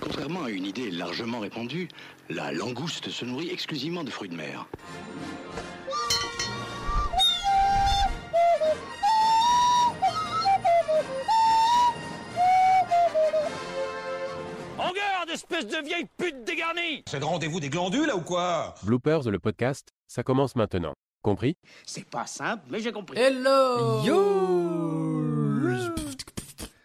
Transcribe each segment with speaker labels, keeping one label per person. Speaker 1: Contrairement à une idée largement répandue, la langouste se nourrit exclusivement de fruits de mer.
Speaker 2: En garde, espèce de vieille pute dégarnie
Speaker 3: C'est le rendez-vous des glandules, là, ou quoi
Speaker 4: Bloopers, le podcast, ça commence maintenant. Compris
Speaker 2: C'est pas simple, mais j'ai compris.
Speaker 5: Hello
Speaker 6: Yo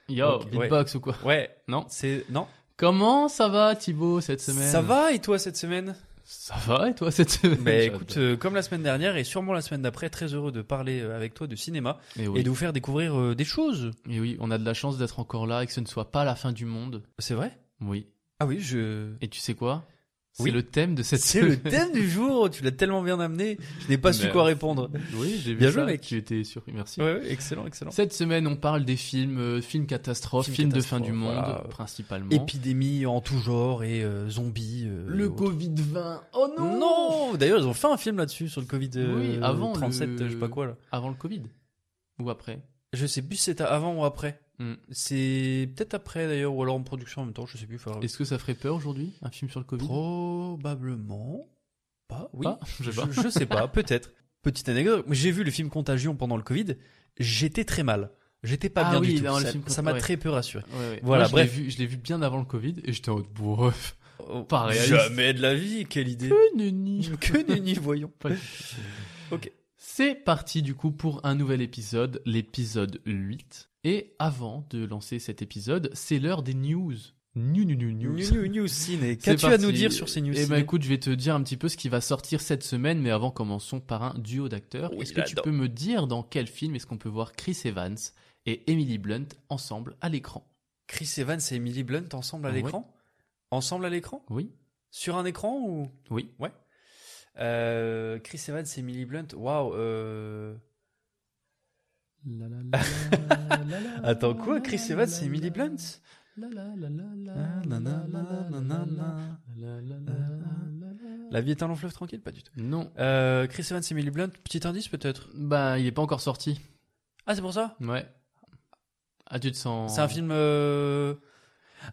Speaker 5: Yo,
Speaker 6: Ok, ouais.
Speaker 5: beatbox ou quoi
Speaker 6: Ouais,
Speaker 5: Non
Speaker 6: c'est... Non
Speaker 5: Comment ça va Thibaut cette semaine
Speaker 6: Ça va, et toi, cette semaine
Speaker 5: Ça va et toi cette semaine
Speaker 6: Mais écoute, euh, comme la semaine dernière, et sûrement la semaine d'après, très heureux de parler euh, avec toi de cinéma,
Speaker 5: et Eh oui.
Speaker 6: et de vous faire découvrir euh, des choses.
Speaker 5: Et oui, on a de la chance d'être encore là et que ce ne soit pas la fin du monde.
Speaker 6: C'est vrai
Speaker 5: Oui.
Speaker 6: Ah oui, je...
Speaker 5: Et tu sais quoi C'est
Speaker 6: Oui.
Speaker 5: le thème de cette
Speaker 6: C'est
Speaker 5: semaine.
Speaker 6: le thème du jour, tu l'as tellement bien amené, je n'ai pas su
Speaker 5: Mais-
Speaker 6: quoi répondre.
Speaker 5: Oui, j'ai vu
Speaker 6: Bien
Speaker 5: ça.
Speaker 6: joué, mec.
Speaker 5: Tu étais surpris, merci.
Speaker 6: Ouais, ouais, excellent, excellent.
Speaker 5: Cette semaine, on parle des films, euh, films catastrophes,
Speaker 6: Films
Speaker 5: films de fin
Speaker 6: catastrophes,
Speaker 5: du monde,
Speaker 6: voilà.
Speaker 5: principalement.
Speaker 6: Épidémie en tout genre et euh, zombies. euh, et
Speaker 5: le
Speaker 6: autres.
Speaker 5: Covid-20. Oh non
Speaker 6: Non D'ailleurs, ils ont fait un film là-dessus, sur le Covid euh,
Speaker 5: Oui, avant le-
Speaker 6: 37, je sais pas quoi, là.
Speaker 5: Avant le Covid Ou après
Speaker 6: Je sais plus si c'était avant ou après.
Speaker 5: Hmm.
Speaker 6: C'est peut-être après d'ailleurs, ou alors en production en même temps, je sais plus. Faudra-
Speaker 5: Est-ce que ça ferait peur aujourd'hui, un film sur le Covid
Speaker 6: Probablement pas, oui.
Speaker 5: Pas Je sais pas.
Speaker 6: Je, je sais pas, peut-être. Petite anecdote, j'ai vu le film Contagion pendant le Covid, j'étais très mal. J'étais pas
Speaker 5: Ah
Speaker 6: bien
Speaker 5: oui,
Speaker 6: du tout.
Speaker 5: non, le
Speaker 6: ça,
Speaker 5: film
Speaker 6: ça m'a
Speaker 5: Contagion,
Speaker 6: très peu rassuré.
Speaker 5: Ouais, ouais.
Speaker 6: Voilà,
Speaker 5: Moi, je
Speaker 6: bref.
Speaker 5: l'ai vu- je l'ai vu bien avant le Covid et j'étais en mode bourreuf.
Speaker 6: Oh,
Speaker 5: Pas réaliste.
Speaker 6: Jamais de la vie, quelle idée. que nenni, voyons.
Speaker 5: Pas du tout.
Speaker 6: Ok.
Speaker 5: C'est parti du coup pour un nouvel épisode, l'épisode 8. Et avant de lancer cet épisode, c'est l'heure des news. New, new, new,
Speaker 6: New,
Speaker 5: news.
Speaker 6: new, new ciné.
Speaker 5: C'est
Speaker 6: Qu'as-tu à
Speaker 5: parti.
Speaker 6: nous dire sur ces news
Speaker 5: Eh ben
Speaker 6: ciné
Speaker 5: écoute, je vais te dire un petit peu ce qui va sortir cette semaine, mais avant commençons par un duo d'acteurs.
Speaker 6: Oui,
Speaker 5: est-ce que tu
Speaker 6: là-dedans.
Speaker 5: peux me dire dans quel film est-ce qu'on peut voir Chris Evans et Emily Blunt ensemble à l'écran
Speaker 6: Chris Evans et Emily Blunt ensemble à
Speaker 5: Ouais.
Speaker 6: l'écran Ensemble à l'écran
Speaker 5: Oui,
Speaker 6: Sur un écran ou
Speaker 5: oui.
Speaker 6: Ouais. Euh, Chris Evans et Emily Blunt. Waouh. euh,
Speaker 5: La, la, la, la, la, la,
Speaker 6: Attends quoi
Speaker 5: la,
Speaker 6: Chris
Speaker 5: la,
Speaker 6: Evans
Speaker 5: la,
Speaker 6: et Emily
Speaker 5: la,
Speaker 6: Blunt
Speaker 5: la, la, la, la, la,
Speaker 6: Ah,
Speaker 5: la,
Speaker 6: nanana,
Speaker 5: la, la, la,
Speaker 6: nanana.
Speaker 5: la, la, la, la, la, la.
Speaker 6: La vie est un long fleuve tranquille, pas du tout.
Speaker 5: Non.
Speaker 6: Euh, Chris Evans et Emily Blunt. Petit indice peut-être.
Speaker 5: Bah, il est pas encore sorti.
Speaker 6: Ah c'est pour ça
Speaker 5: Ouais. Ah, tu te sens.
Speaker 6: C'est un film. euh,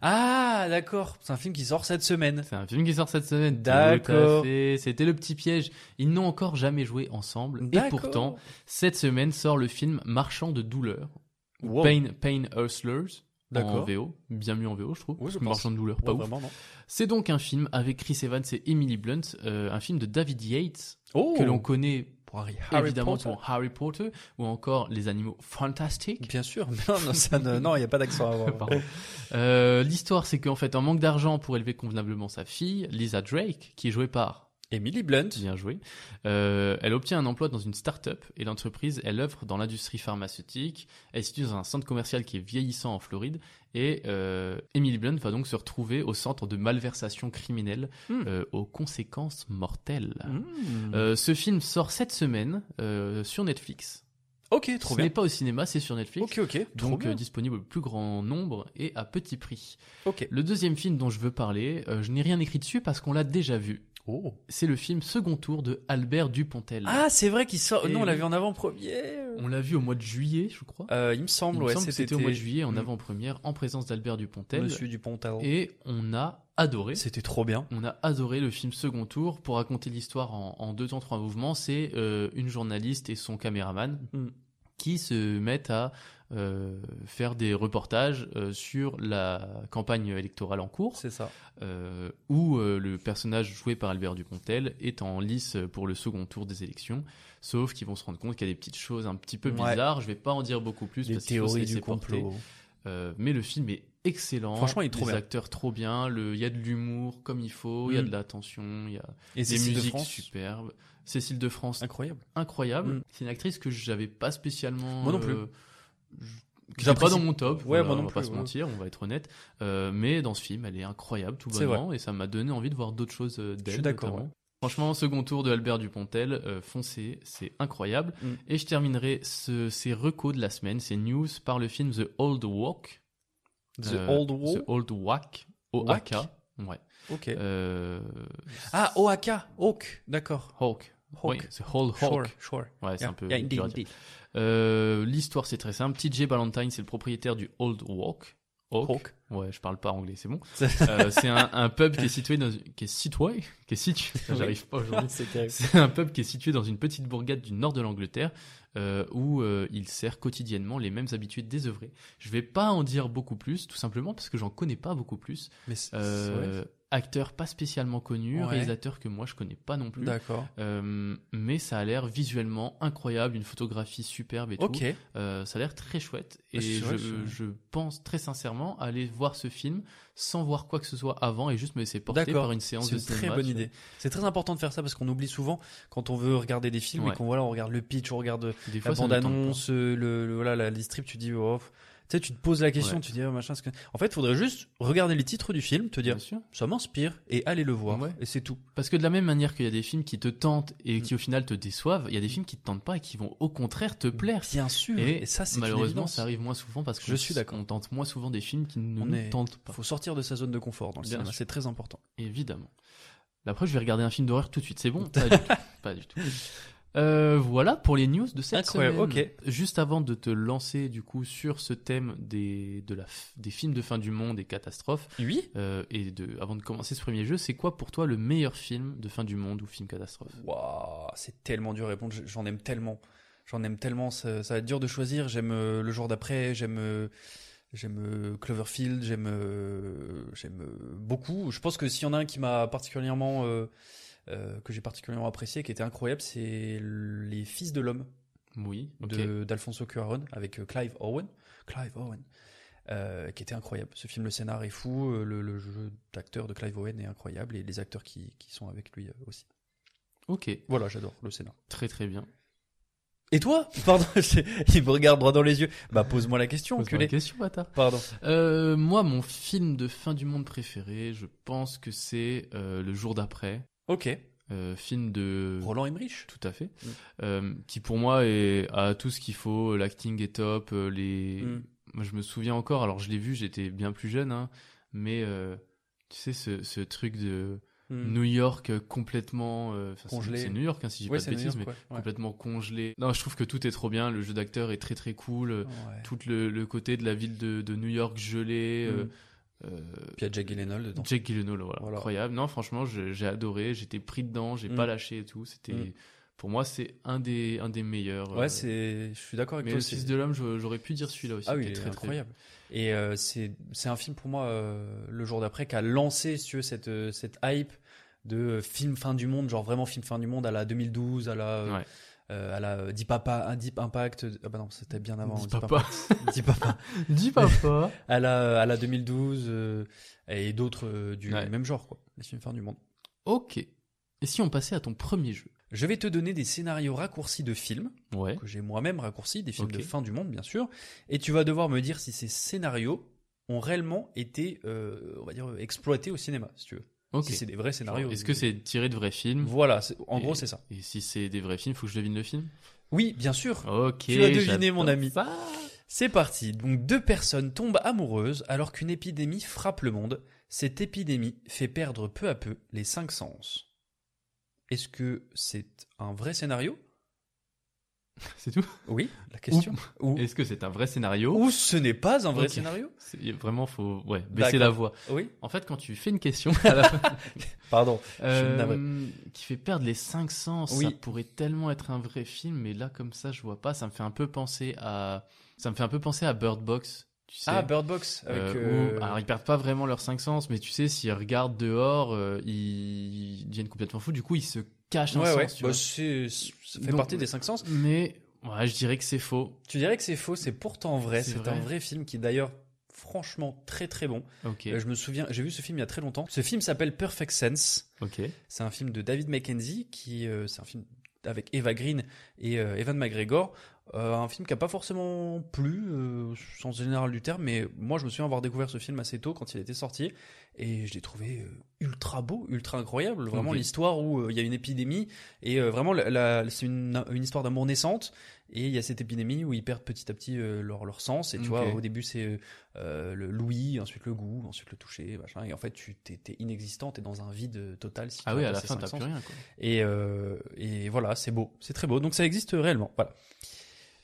Speaker 6: Ah d'accord. C'est un film qui sort cette semaine.
Speaker 5: C'est un film qui sort cette semaine. Tout
Speaker 6: D'accord.
Speaker 5: à fait. C'était le petit piège. Ils n'ont encore jamais joué ensemble. Et
Speaker 6: D'accord.
Speaker 5: pourtant, cette semaine sort le film Marchand de douleur.
Speaker 6: Wow.
Speaker 5: Pain, Pain Hustlers. En
Speaker 6: D'accord.
Speaker 5: VO. Bien mieux en VO, je trouve.
Speaker 6: Oui, je
Speaker 5: Parce que
Speaker 6: pense.
Speaker 5: Marchand de douleur,
Speaker 6: Ouais,
Speaker 5: pas ouf.
Speaker 6: vraiment, non.
Speaker 5: C'est donc un film avec Chris Evans et Emily Blunt. euh, un film de David Yates.
Speaker 6: Oh.
Speaker 5: Que l'on connaît
Speaker 6: pour Harry,
Speaker 5: évidemment
Speaker 6: Potter.
Speaker 5: pour Harry Potter. Ou encore Les Animaux Fantastiques.
Speaker 6: Bien sûr. Non, non, ça ne- non, il n'y a pas d'accent à avoir.
Speaker 5: Pardon. Euh, L'histoire, c'est qu'en fait, en manque d'argent pour élever convenablement sa fille, Lisa Drake, qui est jouée par
Speaker 6: Emily Blunt.
Speaker 5: bien jouée, euh, elle obtient un emploi dans une start-up et l'entreprise, elle œuvre dans l'industrie pharmaceutique. Elle est située dans un centre commercial qui est vieillissant en Floride et euh, Emily Blunt va donc se retrouver au centre de malversation criminelle
Speaker 6: Hmm.
Speaker 5: euh, aux conséquences mortelles.
Speaker 6: Hmm.
Speaker 5: Euh, ce film sort cette semaine euh, sur Netflix.
Speaker 4: Ok, trop
Speaker 5: Ce
Speaker 4: bien.
Speaker 5: n'est pas au cinéma, c'est sur Netflix.
Speaker 4: Ok, ok. trop
Speaker 5: Donc
Speaker 4: bien.
Speaker 5: euh, disponible au plus grand nombre et à petit prix.
Speaker 4: Ok.
Speaker 5: Le deuxième film dont je veux parler, euh, je n'ai rien écrit dessus parce qu'on l'a déjà vu.
Speaker 4: Oh.
Speaker 5: C'est le film Second Tour de Albert Dupontel.
Speaker 4: Ah, c'est vrai qu'il sort.
Speaker 5: Et
Speaker 4: Non, on l'a
Speaker 5: oui.
Speaker 4: vu en avant-première.
Speaker 5: On l'a vu au mois de juillet, je crois.
Speaker 4: Euh, il me
Speaker 5: Il
Speaker 4: semble,
Speaker 5: me
Speaker 4: ouais,
Speaker 5: semble que c'était au mois de juillet en
Speaker 4: Mm.
Speaker 5: avant-première en présence d'Albert Dupontel.
Speaker 4: Monsieur Dupontel.
Speaker 5: Et on a adoré.
Speaker 4: C'était trop bien.
Speaker 5: On a adoré le film Second Tour pour raconter l'histoire en, en deux temps, trois mouvements. C'est euh, une journaliste et son caméraman
Speaker 4: Mm.
Speaker 5: qui se mettent à euh, faire des reportages euh, sur la campagne électorale en cours
Speaker 4: C'est ça.
Speaker 5: euh, où euh, le personnage joué par Albert Dupontel est en lice pour le second tour des élections, sauf qu'ils vont se rendre compte qu'il y a des petites choses un petit peu
Speaker 4: Ouais.
Speaker 5: bizarres. Je vais pas en dire beaucoup plus
Speaker 4: Les
Speaker 5: parce qu'il faut se
Speaker 4: théories
Speaker 5: laisser
Speaker 4: du
Speaker 5: porter.
Speaker 4: complot.
Speaker 5: Euh, mais le film est excellent.
Speaker 4: Franchement, il est trop
Speaker 5: les
Speaker 4: bien.
Speaker 5: acteurs trop bien. Le, il y a de l'humour comme il faut. Il y a
Speaker 4: Mm.
Speaker 5: de la tension. Il y a
Speaker 4: Et
Speaker 5: des
Speaker 4: Cécile de
Speaker 5: musiques
Speaker 4: France,
Speaker 5: superbes. Cécile de France,
Speaker 4: Incroyable.
Speaker 5: incroyable.
Speaker 4: Mm.
Speaker 5: C'est une actrice que j'avais pas spécialement.
Speaker 4: Moi non plus.
Speaker 5: euh, je- qui n'est pas
Speaker 4: J'apprécie.
Speaker 5: dans mon top.
Speaker 4: Ouais,
Speaker 5: voilà,
Speaker 4: moi non
Speaker 5: on va pas
Speaker 4: plus,
Speaker 5: se
Speaker 4: ouais.
Speaker 5: mentir, on va être honnête. Euh, mais dans ce film, elle est incroyable tout
Speaker 4: C'est
Speaker 5: bonnement et ça m'a donné envie de voir d'autres choses euh, d'elle.
Speaker 4: Je suis d'accord,
Speaker 5: notamment. Franchement, second tour de Albert Dupontel, euh, foncé, c'est incroyable.
Speaker 4: Mm.
Speaker 5: Et je terminerai ce- ces recos de la semaine, ces news, par le film The Old Walk.
Speaker 4: The
Speaker 5: Euh,
Speaker 4: Old
Speaker 5: The
Speaker 4: War.
Speaker 5: Old Walk. O-A-K. Ouais.
Speaker 4: Ok.
Speaker 5: Euh,
Speaker 4: Ah, Oaka. Hawk. D'accord.
Speaker 5: Hawk.
Speaker 4: Hawk.
Speaker 5: Oui, The Old
Speaker 4: Sure,
Speaker 5: Hawk.
Speaker 4: sure.
Speaker 5: Ouais, c'est
Speaker 4: Yeah,
Speaker 5: un peu
Speaker 4: yeah,
Speaker 5: dur
Speaker 4: indeed,
Speaker 5: à dire.
Speaker 4: indeed.
Speaker 5: Euh, L'histoire, c'est très simple. TJ Ballantyne, c'est le propriétaire du Old Walk. Hawk.
Speaker 4: Hawk.
Speaker 5: Ouais, je parle pas anglais, c'est bon.
Speaker 4: C'est-
Speaker 5: Euh, c'est un, un pub qui est situé dans qui est situé qui est situé. J'arrive pas aujourd'hui.
Speaker 4: C'est terrible.
Speaker 5: C'est un pub qui est situé dans une petite bourgade du nord de l'Angleterre euh, où euh, il sert quotidiennement les mêmes habitués désœuvrés. Je vais pas en dire beaucoup plus, tout simplement parce que j'en connais pas beaucoup plus.
Speaker 4: Mais c'est-
Speaker 5: Euh, Acteur pas spécialement connu,
Speaker 4: Ouais.
Speaker 5: réalisateur que moi je connais pas non
Speaker 4: ouais.
Speaker 5: plus.
Speaker 4: D'accord.
Speaker 5: Euh, mais ça a l'air visuellement incroyable, une photographie superbe et tout.
Speaker 4: Ok.
Speaker 5: Euh, ça a l'air très chouette
Speaker 4: Ah,
Speaker 5: et
Speaker 4: c'est
Speaker 5: je,
Speaker 4: vrai, c'est-
Speaker 5: je pense très sincèrement aller voir ce film sans voir quoi que ce soit avant et juste me laisser porter
Speaker 4: D'accord.
Speaker 5: par une séance
Speaker 4: C'est
Speaker 5: de
Speaker 4: une très
Speaker 5: cinéma,
Speaker 4: bonne
Speaker 5: tu
Speaker 4: idée. C'est très important de faire ça parce qu'on oublie souvent quand on veut regarder des films
Speaker 5: Ouais.
Speaker 4: et qu'on voilà, on regarde le pitch, on regarde
Speaker 5: vois. Des fois,
Speaker 4: la
Speaker 5: ça me
Speaker 4: bande
Speaker 5: tente pas.
Speaker 4: annonce, euh, le, le- voilà, la, les strips, tu dis oh, f- tu sais, tu te poses la question,
Speaker 5: Ouais.
Speaker 4: tu dis oh, machin. ce que- En fait, faudrait juste regarder les titres du film, te dire
Speaker 5: Bien sûr.
Speaker 4: ça m'inspire et aller le voir
Speaker 5: Ouais.
Speaker 4: et c'est tout. Mm.
Speaker 5: Parce que de la même manière qu'il y a des films qui te tentent et qui au final te déçoivent, il y a des films qui te tentent pas et qui vont au contraire te plaire.
Speaker 4: Bien sûr.
Speaker 5: Et,
Speaker 4: Et, ça, c'est une
Speaker 5: malheureusement,
Speaker 4: évidence.
Speaker 5: ça arrive moins souvent parce
Speaker 4: Je
Speaker 5: qu'on-
Speaker 4: suis d'accord.
Speaker 5: on tente moins souvent des films qui ne
Speaker 4: On
Speaker 5: nous
Speaker 4: est-
Speaker 5: tentent pas.
Speaker 4: Faut sortir de sa zone de confort dans le
Speaker 5: Bien
Speaker 4: cinéma,
Speaker 5: sûr.
Speaker 4: c'est très important.
Speaker 5: Évidemment. Là, Après, je vais regarder un film d'horreur tout de suite. C'est bon Pas du tout. Pas du tout. Euh, voilà pour les news de cette
Speaker 4: Incroyable,
Speaker 5: semaine.
Speaker 4: ok.
Speaker 5: Juste avant de te lancer du coup sur ce thème des, de la, f- des films de fin du monde et catastrophes,
Speaker 4: Oui.
Speaker 5: euh, et de, avant de commencer ce premier jeu, c'est quoi pour toi le meilleur film de fin du monde ou film catastrophe
Speaker 4: Waouh, c'est tellement dur à répondre. je- J'en aime tellement. J'en aime tellement. Ça, ça va être dur de choisir. J'aime euh, le jour d'après. J'aime. euh, J'aime euh, Cloverfield, j'aime euh, j'aime euh, beaucoup. Je pense que s'il y en a un qui m'a particulièrement euh, euh, que j'ai particulièrement apprécié, qui était incroyable, c'est les Fils de l'homme
Speaker 5: Oui, ok.
Speaker 4: de- d'Alfonso Cuarón avec euh, Clive Owen. Clive Owen, euh, qui était incroyable. Ce film, le scénar est fou, euh, le, le jeu d'acteur de Clive Owen est incroyable et les acteurs qui, qui sont avec lui euh, aussi.
Speaker 5: Ok,
Speaker 4: Voilà, j'adore le scénar.
Speaker 5: très très bien.
Speaker 4: Et toi Pardon, je- il me regarde droit dans les yeux. Bah pose-moi la question,
Speaker 5: Pose-moi
Speaker 4: enculé.
Speaker 5: la question, bâtard.
Speaker 4: Pardon.
Speaker 5: Euh, moi, mon film de fin du monde préféré, je pense que c'est euh, Le jour d'après,
Speaker 4: Ok.
Speaker 5: euh, film de
Speaker 4: Roland Emmerich. Mm.
Speaker 5: Tout à fait. Euh, qui pour moi est, a tout ce qu'il faut. L'acting est top. euh, Les...
Speaker 4: Mm.
Speaker 5: Moi, je me souviens encore, alors je l'ai vu, j'étais bien plus jeune, hein, mais euh, tu sais, ce, ce truc de
Speaker 4: Hmm.
Speaker 5: New York euh, complètement. euh, enfin, c'est-
Speaker 4: Congelé.
Speaker 5: C'est New York, hein, si j'ai
Speaker 4: Ouais,
Speaker 5: pas de
Speaker 4: c'est New
Speaker 5: bêtises,
Speaker 4: York,
Speaker 5: mais
Speaker 4: ouais, ouais.
Speaker 5: complètement congelé. Non, je trouve que tout est trop bien. Le jeu d'acteur est très très cool. euh,
Speaker 4: Ouais.
Speaker 5: Tout le, le côté de la ville de, de New York gelée. euh,
Speaker 4: Mm.
Speaker 5: euh,
Speaker 4: Puis il y a Jack Gyllenhaal dedans.
Speaker 5: Jack Gyllenhaal, voilà.
Speaker 4: Voilà.
Speaker 5: incroyable. Non, franchement, je- j'ai adoré, j'étais pris dedans, j'ai
Speaker 4: Mm.
Speaker 5: pas lâché et tout. C'était,
Speaker 4: Mm.
Speaker 5: pour moi, c'est un des, un des meilleurs. euh,
Speaker 4: Ouais, c'est. Je suis d'accord avec
Speaker 5: Mais
Speaker 4: toi.
Speaker 5: le
Speaker 4: c'est-
Speaker 5: Fils de l'homme, je- j'aurais pu dire celui-là aussi.
Speaker 4: Ah oui,
Speaker 5: qui est
Speaker 4: il est
Speaker 5: très, très
Speaker 4: incroyable. Et euh, c'est c'est un film pour moi euh, le jour d'après qui a lancé si tu veux, cette euh, cette hype de euh, film fin du monde, genre vraiment film fin du monde à la 2012, à la euh,
Speaker 5: Ouais.
Speaker 4: euh, à la euh, Deep, Papa- un Deep Impact. Ah bah non, c'était bien avant.
Speaker 5: Dis papa.
Speaker 4: Impact. Deep Papa.
Speaker 5: Dis papa.
Speaker 4: à la, à la 2012 euh, et d'autres euh, du
Speaker 5: Ouais.
Speaker 4: même genre, quoi. Les films fins du monde.
Speaker 5: ok. Et si on passait à ton premier jeu
Speaker 4: Je vais te donner des scénarios raccourcis de films,
Speaker 5: Ouais.
Speaker 4: que j'ai moi-même raccourcis, des films
Speaker 5: Ok.
Speaker 4: de fin du monde, bien sûr, et tu vas devoir me dire si ces scénarios ont réellement été, euh, on va dire, exploités au cinéma, si tu veux.
Speaker 5: Ok.
Speaker 4: Si c'est des vrais
Speaker 5: Genre,
Speaker 4: scénarios.
Speaker 5: Est-ce que c'est tiré de vrais films
Speaker 4: Voilà, c'est- en
Speaker 5: Et-
Speaker 4: gros, c'est ça.
Speaker 5: Et si c'est des vrais films, faut que je devine le film Oui, bien sûr.
Speaker 4: Ok.
Speaker 5: tu as deviné, mon
Speaker 4: j'adore
Speaker 5: ami.
Speaker 4: ça.
Speaker 5: C'est parti. Donc deux personnes tombent amoureuses alors qu'une épidémie frappe le monde. Cette épidémie fait perdre peu à peu les cinq sens. Est-ce que c'est un vrai scénario
Speaker 4: C'est tout.
Speaker 5: Oui, la question. Ou,
Speaker 4: Est-ce que c'est un vrai scénario
Speaker 5: ou ce n'est pas un vrai
Speaker 4: Ok.
Speaker 5: scénario
Speaker 4: C'est- Vraiment, faut ouais, baisser la
Speaker 5: D'accord.
Speaker 4: voix.
Speaker 5: Oui,
Speaker 4: En fait, quand tu fais une question à la fin,
Speaker 5: pardon. Je suis
Speaker 4: euh,
Speaker 5: navré.
Speaker 4: qui fait perdre les 500, ça
Speaker 5: Oui.
Speaker 4: pourrait tellement être un vrai film, mais là, comme ça, je vois pas. Ça me fait un peu penser à, ça me fait un peu penser à Bird Box. Tu sais,
Speaker 5: Ah, Bird Box. Avec,
Speaker 4: Euh,
Speaker 5: euh,
Speaker 4: où- alors ils perdent pas vraiment leurs cinq sens, mais tu sais, s'ils regardent dehors, euh, ils... ils deviennent complètement fous. Du coup, ils se cachent un
Speaker 5: ouais, ouais.
Speaker 4: sens. tu
Speaker 5: Bah,
Speaker 4: vois.
Speaker 5: c'est- ça fait
Speaker 4: Donc-
Speaker 5: partie des cinq sens.
Speaker 4: Mais ouais, je dirais que c'est faux.
Speaker 5: Tu dirais que c'est faux, c'est pourtant vrai.
Speaker 4: C'est
Speaker 5: C'est
Speaker 4: vrai.
Speaker 5: un vrai film qui est d'ailleurs franchement très très bon.
Speaker 4: Ok,
Speaker 5: Euh, Je me souviens, j'ai vu ce film il y a très longtemps. Ce film s'appelle Perfect Sense.
Speaker 4: ok,
Speaker 5: C'est un film de David Mackenzie qui euh, c'est un film avec Eva Green et euh, Evan McGregor. Euh, un film qui a pas forcément plu, euh, sens général du terme, mais moi je me souviens avoir découvert ce film assez tôt quand il était sorti et je l'ai trouvé euh, ultra beau, ultra incroyable. Vraiment
Speaker 4: Ok.
Speaker 5: l'histoire où euh, il y a une épidémie et euh, vraiment la- la- c'est une, une histoire d'amour naissante et il y a cette épidémie où ils perdent petit à petit euh, leur, leur sens et tu vois
Speaker 4: Ok.
Speaker 5: au début c'est euh, euh, le l'ouïe, ensuite le goût, ensuite le toucher, machin. Et en fait, tu t'es t'es inexistant, t'es dans un vide euh, total. Si tu
Speaker 4: Ah oui,
Speaker 5: n'as
Speaker 4: à
Speaker 5: pas
Speaker 4: la
Speaker 5: ces
Speaker 4: fin,
Speaker 5: cinq
Speaker 4: t'as
Speaker 5: sens.
Speaker 4: plus rien. Quoi.
Speaker 5: Et, euh, et voilà, c'est beau, c'est très beau. Donc ça existe réellement. Voilà.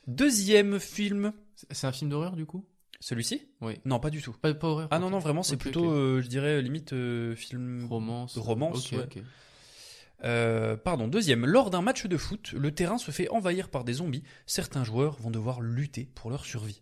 Speaker 5: Deuxième film,
Speaker 4: C'est- C'est un film d'horreur du coup
Speaker 5: celui-ci
Speaker 4: Oui.
Speaker 5: Non, pas du tout.
Speaker 4: Pas, pas horreur.
Speaker 5: Ah
Speaker 4: ok.
Speaker 5: non non, vraiment, c'est
Speaker 4: Ok,
Speaker 5: plutôt,
Speaker 4: ok.
Speaker 5: euh, je dirais limite euh, film.
Speaker 4: romance.
Speaker 5: romance,
Speaker 4: Ok,
Speaker 5: ouais.
Speaker 4: ok.
Speaker 5: Euh, pardon, deuxième. Lors d'un match de foot, le terrain se fait envahir par des zombies. Certains joueurs vont devoir lutter pour leur survie.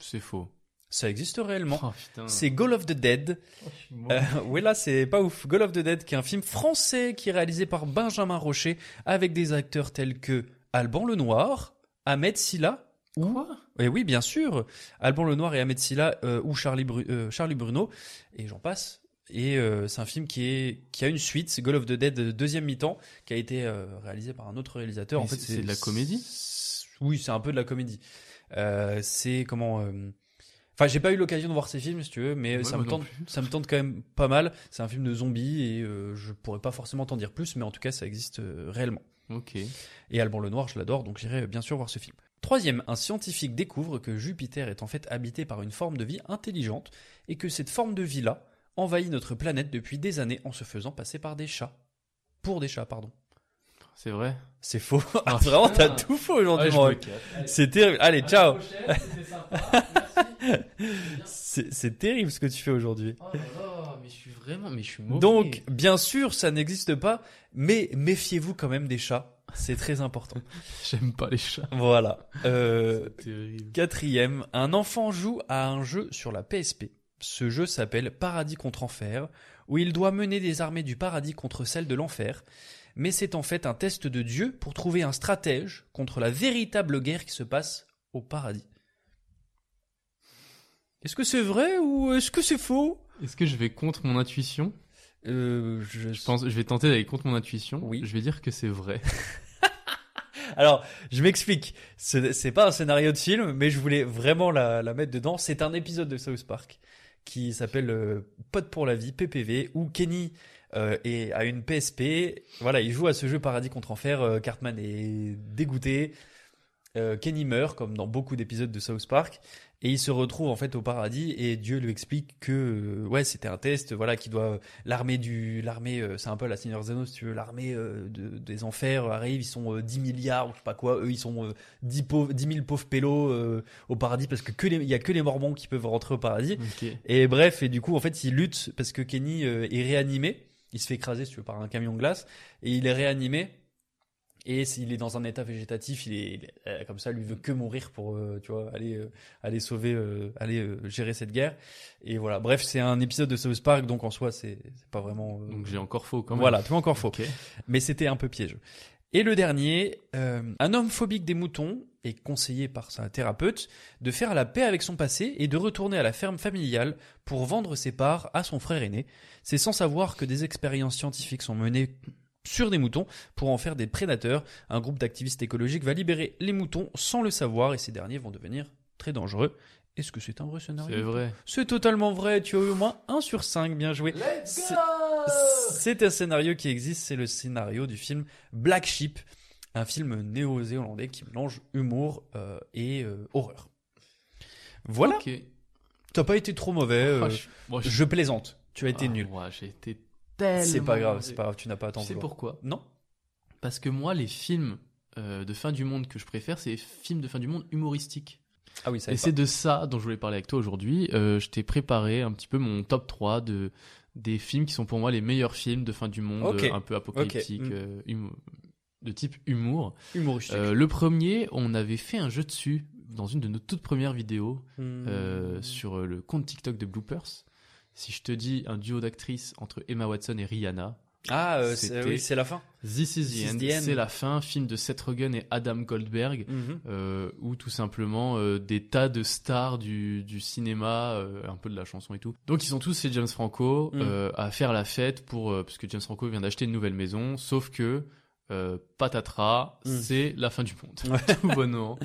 Speaker 4: C'est faux.
Speaker 5: Ça existe réellement.
Speaker 4: Oh putain.
Speaker 5: C'est Goal of the Dead,
Speaker 4: Oh, je suis mort.
Speaker 5: Euh, oui, là, c'est pas ouf. Goal of the Dead, qui est un film français qui est réalisé par Benjamin Rocher avec des acteurs tels que Alban Lenoir, Ahmed Silla.
Speaker 4: Quoi
Speaker 5: Et oui, bien sûr, Alban Lenoir et Ahmed Silla euh, ou Charlie, Bru- euh, Charlie Bruno, et j'en passe. Et euh, c'est un film qui, est, qui a une suite, c'est Goal of the Dead, euh, deuxième mi-temps, qui a été euh, réalisé par un autre réalisateur.
Speaker 4: Mais
Speaker 5: en fait,
Speaker 4: c'est- c'est de la comédie
Speaker 5: c'est- Oui, c'est un peu de la comédie. Euh, c'est comment. euh, Enfin, j'ai pas eu l'occasion de voir ces films, si tu veux, mais
Speaker 4: Ouais,
Speaker 5: ça,
Speaker 4: moi
Speaker 5: me
Speaker 4: non
Speaker 5: tente,
Speaker 4: plus.
Speaker 5: ça me tente quand même pas mal. C'est un film de zombies et euh, je pourrais pas forcément t'en dire plus, mais en tout cas, ça existe euh, réellement.
Speaker 4: Ok.
Speaker 5: Et Alban Lenoir, je l'adore, donc j'irai bien sûr voir ce film. Troisième, un scientifique découvre que Jupiter est en fait habité par une forme de vie intelligente et que cette forme de vie-là envahit notre planète depuis des années en se faisant passer par des chats. Pour des chats, pardon.
Speaker 4: C'est vrai.
Speaker 5: C'est faux.
Speaker 4: Ah,
Speaker 5: Vraiment,
Speaker 4: putain.
Speaker 5: t'as tout faux aujourd'hui,
Speaker 4: je
Speaker 5: mon
Speaker 4: me
Speaker 5: Rock.
Speaker 4: casse.
Speaker 5: C'est terrible. Allez,
Speaker 4: À la
Speaker 5: ciao.
Speaker 4: prochaine, c'était sympa, merci.
Speaker 5: C'est c'est terrible ce que tu fais aujourd'hui.
Speaker 4: Oh là là, mais je suis vraiment, mais je suis mauvais.
Speaker 5: Donc, bien sûr, ça n'existe pas, mais méfiez-vous quand même des chats. C'est très important.
Speaker 4: j'aime pas les chats.
Speaker 5: voilà. Euh,
Speaker 4: C'est terrible.
Speaker 5: Quatrième, un enfant joue à un jeu sur la PSP. Ce jeu s'appelle Paradis contre Enfer, où il doit mener des armées du paradis contre celles de l'enfer, mais c'est en fait un test de Dieu pour trouver un stratège contre la véritable guerre qui se passe au paradis. Est-ce que c'est vrai ou est-ce que c'est faux
Speaker 4: Est-ce que je vais contre mon intuition
Speaker 5: euh, je,
Speaker 4: Je pense, je vais tenter d'aller contre mon intuition.
Speaker 5: Oui.
Speaker 4: Je vais dire que c'est vrai.
Speaker 5: Alors, je m'explique. C'est c'est pas un scénario de film, mais je voulais vraiment la, la mettre dedans. C'est un épisode de South Park qui s'appelle euh, Pote pour la vie, PPV, où Kenny euh, est, a une PSP. Voilà, il joue à ce jeu Paradis contre Enfer. euh, Cartman est dégoûté. Euh, Kenny meurt, comme dans beaucoup d'épisodes de South Park, et il se retrouve en fait au paradis. Et Dieu lui explique que euh, ouais, c'était un test, voilà, qui doit l'armée du l'armée euh, c'est un peu la Seigneur des Anneaux si tu veux l'armée euh, de- des enfers arrive ils sont euh, 10 milliards ou je sais pas quoi eux ils sont euh, 10 pauvres 10 000 pauvres pélos euh, au paradis parce que que les- il y a que les mormons qui peuvent rentrer au paradis
Speaker 4: Ok.
Speaker 5: et bref et du coup en fait ils luttent parce que Kenny euh, est réanimé il se fait écraser si tu veux par un camion de glace et il est réanimé et s'il est dans un état végétatif, il est, il est- euh, comme ça, lui veut que mourir pour, euh, tu vois, aller, euh, aller sauver, euh, aller euh, gérer cette guerre. Et voilà. Bref, c'est un épisode de South Park, donc en soi, c'est c'est pas vraiment. euh,
Speaker 4: Donc j'ai encore faux quand même.
Speaker 5: voilà, tout encore faux.
Speaker 4: Ok.
Speaker 5: Mais c'était un peu piège. Et le dernier, euh, un homme phobique des moutons est conseillé par sa thérapeute de faire la paix avec son passé et de retourner à la ferme familiale pour vendre ses parts à son frère aîné. C'est sans savoir que des expériences scientifiques sont menées sur des moutons pour en faire des prédateurs. Un groupe d'activistes écologiques va libérer les moutons sans le savoir et ces derniers vont devenir très dangereux. Est-ce que c'est un vrai scénario
Speaker 4: C'est vrai.
Speaker 5: c'est totalement vrai, tu as eu au moins 1 sur 5, bien joué. C'est- C'est un scénario qui existe, c'est le scénario du film Black Sheep
Speaker 4: un film néo-zélandais qui mélange humour euh, et euh, horreur. Voilà.
Speaker 5: Ok.
Speaker 4: T'as pas été trop mauvais. euh,
Speaker 5: Ah, je- moi,
Speaker 4: je...
Speaker 5: je-
Speaker 4: plaisante. Tu as été
Speaker 5: Ah,
Speaker 4: nul.
Speaker 5: moi, j'ai été tellement.
Speaker 4: C'est pas grave,
Speaker 5: mauvais.
Speaker 4: c'est pas grave. Tu n'as pas
Speaker 5: Tu
Speaker 4: attendu.
Speaker 5: sais pourquoi
Speaker 4: Non.
Speaker 5: Parce que moi, les films euh, de fin du monde que je préfère, c'est les films de fin du monde humoristiques.
Speaker 4: Ah oui, ça.
Speaker 5: Et c'est de ça dont je voulais parler avec toi aujourd'hui. Euh, je t'ai préparé un petit peu mon top 3 de, des films qui sont pour moi les meilleurs films de fin du monde,
Speaker 4: Ok.
Speaker 5: euh, un peu apocalyptique,
Speaker 4: Mm.
Speaker 5: euh, humo- de type humour.
Speaker 4: humoristique.
Speaker 5: Euh, le premier, on avait fait un jeu dessus dans une de nos toutes premières vidéos
Speaker 4: Hmm.
Speaker 5: euh, sur euh, le compte TikTok de Bloopers. Si je te dis un duo d'actrices entre Emma Watson et Rihanna,
Speaker 4: Ah, euh, c'est
Speaker 5: c'était-
Speaker 4: oui, c'est la fin.
Speaker 5: This is the
Speaker 4: This is
Speaker 5: end,
Speaker 4: the end.
Speaker 5: c'est la fin, film de Seth Rogen et Adam Goldberg,
Speaker 4: Mhm.
Speaker 5: euh, où tout simplement euh, des tas de stars du, du cinéma, euh, un peu de la chanson et tout. Donc ils sont tous chez James Franco
Speaker 4: Mm.
Speaker 5: euh, à faire la fête pour euh, parce que James Franco vient d'acheter une nouvelle maison, sauf que euh, patatras,
Speaker 4: Mm.
Speaker 5: c'est la fin du monde, tout bonnement.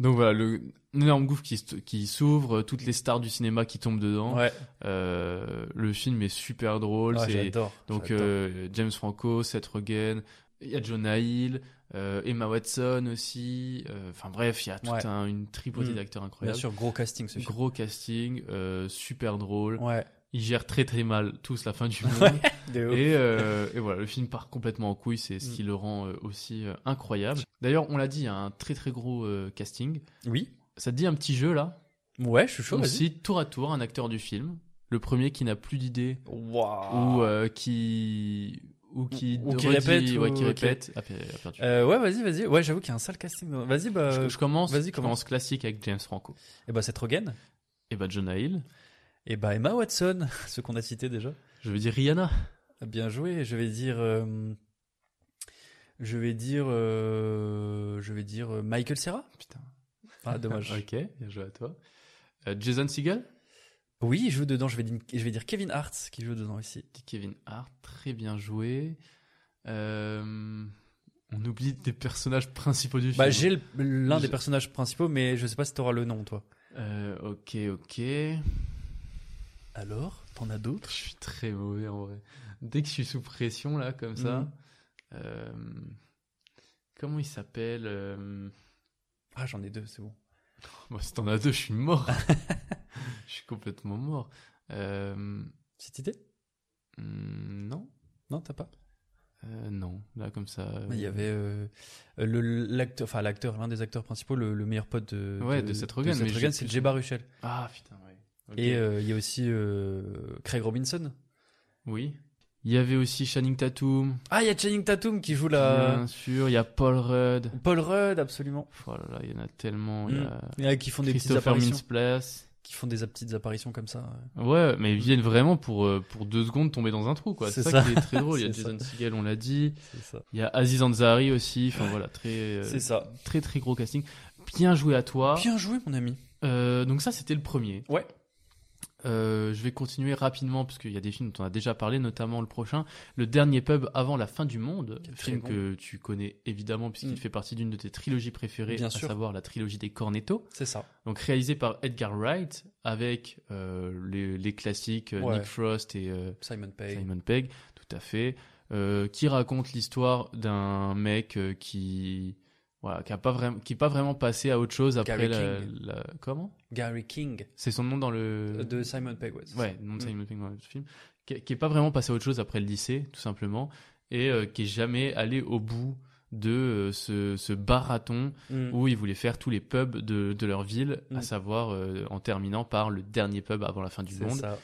Speaker 5: Donc voilà, le un énorme gouffre qui, s- qui s'ouvre, euh, toutes les stars du cinéma qui tombent dedans.
Speaker 4: Ouais.
Speaker 5: Euh, le film est super drôle,
Speaker 4: Ah,
Speaker 5: c'est
Speaker 4: j'adore.
Speaker 5: donc
Speaker 4: j'adore.
Speaker 5: euh, James Franco, Seth Rogen, il y a Jonah Hill, euh, Emma Watson aussi. euh, Enfin bref, il y a toute
Speaker 4: Ouais.
Speaker 5: un- une tripotée
Speaker 4: Mm.
Speaker 5: d'acteurs
Speaker 4: bien
Speaker 5: incroyables.
Speaker 4: sûr, gros casting ce film.
Speaker 5: Gros casting, euh, super drôle.
Speaker 4: Ouais.
Speaker 5: Ils gèrent très très mal tous la fin du monde.
Speaker 4: De ouf. Mm.
Speaker 5: et, euh, et voilà, le film part complètement en couille, c'est ce qui le rend euh, aussi euh, incroyable. D'ailleurs, on l'a dit, il y a un très très gros euh, casting.
Speaker 4: Oui.
Speaker 5: Ça te dit un petit jeu là
Speaker 4: Ouais, je suis chaud.
Speaker 5: On
Speaker 4: vas-y.
Speaker 5: cite tour à tour un acteur du film. Le premier qui n'a plus d'idée
Speaker 4: Waouh.
Speaker 5: ou euh, qui ou qui,
Speaker 4: Ou- ou qui
Speaker 5: redit-
Speaker 4: répète,
Speaker 5: ouais,
Speaker 4: ou-
Speaker 5: qui
Speaker 4: ok.
Speaker 5: répète. Ah, per- ah, perdu.
Speaker 4: Euh, ouais, vas-y, vas-y. Ouais, j'avoue qu'il y a un sale casting. dans- Vas-y, bah.
Speaker 5: je, je commence,
Speaker 4: vas-y,
Speaker 5: je
Speaker 4: commence.
Speaker 5: commence classique avec James Franco.
Speaker 4: Et bah, c'est Rogen.
Speaker 5: Et bah Jonah Hill.
Speaker 4: Et bah, Emma Watson, ce qu'on a cité déjà.
Speaker 5: Je veux dire Rihanna.
Speaker 4: Bien joué. Je vais dire. euh, Je vais dire. euh, Je vais dire euh, Michael Serra.
Speaker 5: Putain.
Speaker 4: Ah, dommage.
Speaker 5: ok, bien joué à toi. Euh, Jason Segel,
Speaker 4: Oui, il joue dedans. Je vais, dire... je vais dire Kevin Hart qui joue dedans ici.
Speaker 5: petit Kevin Hart, très bien joué. Euh, on oublie des personnages principaux du film.
Speaker 4: Bah, j'ai le- l'un des
Speaker 5: Je-
Speaker 4: personnages principaux, mais je sais pas si t'auras le nom, toi.
Speaker 5: Euh, ok, ok. Je
Speaker 4: Alors T'en as d'autres
Speaker 5: suis très mauvais en vrai. Dès que je suis sous pression là, comme ça.
Speaker 4: Mhm.
Speaker 5: euh, Comment il s'appelle euh,
Speaker 4: Ah, j'en ai deux, c'est bon.
Speaker 5: Moi, si t'en as deux, je suis mort. je suis complètement mort. Euh, hum,
Speaker 4: Petite idée
Speaker 5: non,
Speaker 4: Non, t'as pas
Speaker 5: Euh, non, là comme ça. euh,
Speaker 4: Mais Il y avait euh, le- l'acteur, enfin l'acteur, l'un des acteurs principaux, le, le meilleur pote de,
Speaker 5: Ouais,
Speaker 4: de,
Speaker 5: de Seth Rogen, mais j'ai
Speaker 4: c'est
Speaker 5: plus-
Speaker 4: Jay Baruchel.
Speaker 5: Ah putain, ouais. Ok.
Speaker 4: Et euh, il y a aussi euh, Craig Robinson.
Speaker 5: Oui. Il y avait aussi Channing Tatum,
Speaker 4: Ah, il y a Channing Tatum qui joue la
Speaker 5: bien sûr. Il y a Paul Rudd.
Speaker 4: Paul Rudd, absolument.
Speaker 5: Oh là là, il y en a tellement. Il y a
Speaker 4: Mm. Et, euh, qui font des petites
Speaker 5: Christopher
Speaker 4: apparitions,
Speaker 5: Mintz-Plasse.
Speaker 4: qui font des petites apparitions comme ça. ouais.
Speaker 5: Ouais, mais ils viennent vraiment pour, euh, pour deux secondes tomber dans un trou, quoi. C'est
Speaker 4: C'est ça.
Speaker 5: ça, qui est très drôle. Il y a
Speaker 4: C'est ça.
Speaker 5: Jason Segel, on l'a dit.
Speaker 4: C'est ça.
Speaker 5: Il y a Aziz Ansari aussi. Enfin voilà, très, euh,
Speaker 4: C'est ça.
Speaker 5: très très gros casting. Bien joué à toi.
Speaker 4: Bien joué, mon ami.
Speaker 5: Euh, donc ça, c'était le premier.
Speaker 4: Ouais.
Speaker 5: Euh, je vais continuer rapidement parce qu'il y a des films dont on a déjà parlé, notamment le prochain, Le Dernier Pub avant la fin du monde,
Speaker 4: Qui est
Speaker 5: film
Speaker 4: très bon.
Speaker 5: que tu connais évidemment puisqu'il
Speaker 4: Mm.
Speaker 5: fait partie d'une de tes trilogies préférées,
Speaker 4: Bien
Speaker 5: à
Speaker 4: sûr.
Speaker 5: savoir la trilogie des Cornetto,
Speaker 4: C'est ça.
Speaker 5: donc réalisé par Edgar Wright avec euh, les, les classiques euh,
Speaker 4: Ouais.
Speaker 5: Nick Frost et euh,
Speaker 4: Simon Pegg.
Speaker 5: Simon Pegg, tout à fait, euh, qui raconte l'histoire d'un mec euh, qui voilà, qui a pas vraiment qui est pas vraiment passé à autre chose après
Speaker 4: Gary
Speaker 5: la-
Speaker 4: King.
Speaker 5: la comment
Speaker 4: Gary King. Euh,
Speaker 5: c'est son nom dans le.
Speaker 4: De Simon Pegg, ouais. c'est
Speaker 5: Ouais,
Speaker 4: ça.
Speaker 5: nom de
Speaker 4: Mm.
Speaker 5: Simon Pegg dans le film. Qui, qui est pas vraiment passé à autre chose après le lycée, tout simplement. Et euh, qui est jamais allé au bout de euh, ce, ce barathon
Speaker 4: Mm.
Speaker 5: où ils voulaient faire tous les pubs de, de leur ville,
Speaker 4: Mm.
Speaker 5: à savoir euh, en terminant par le dernier pub avant la fin du
Speaker 4: C'est
Speaker 5: monde.
Speaker 4: ça.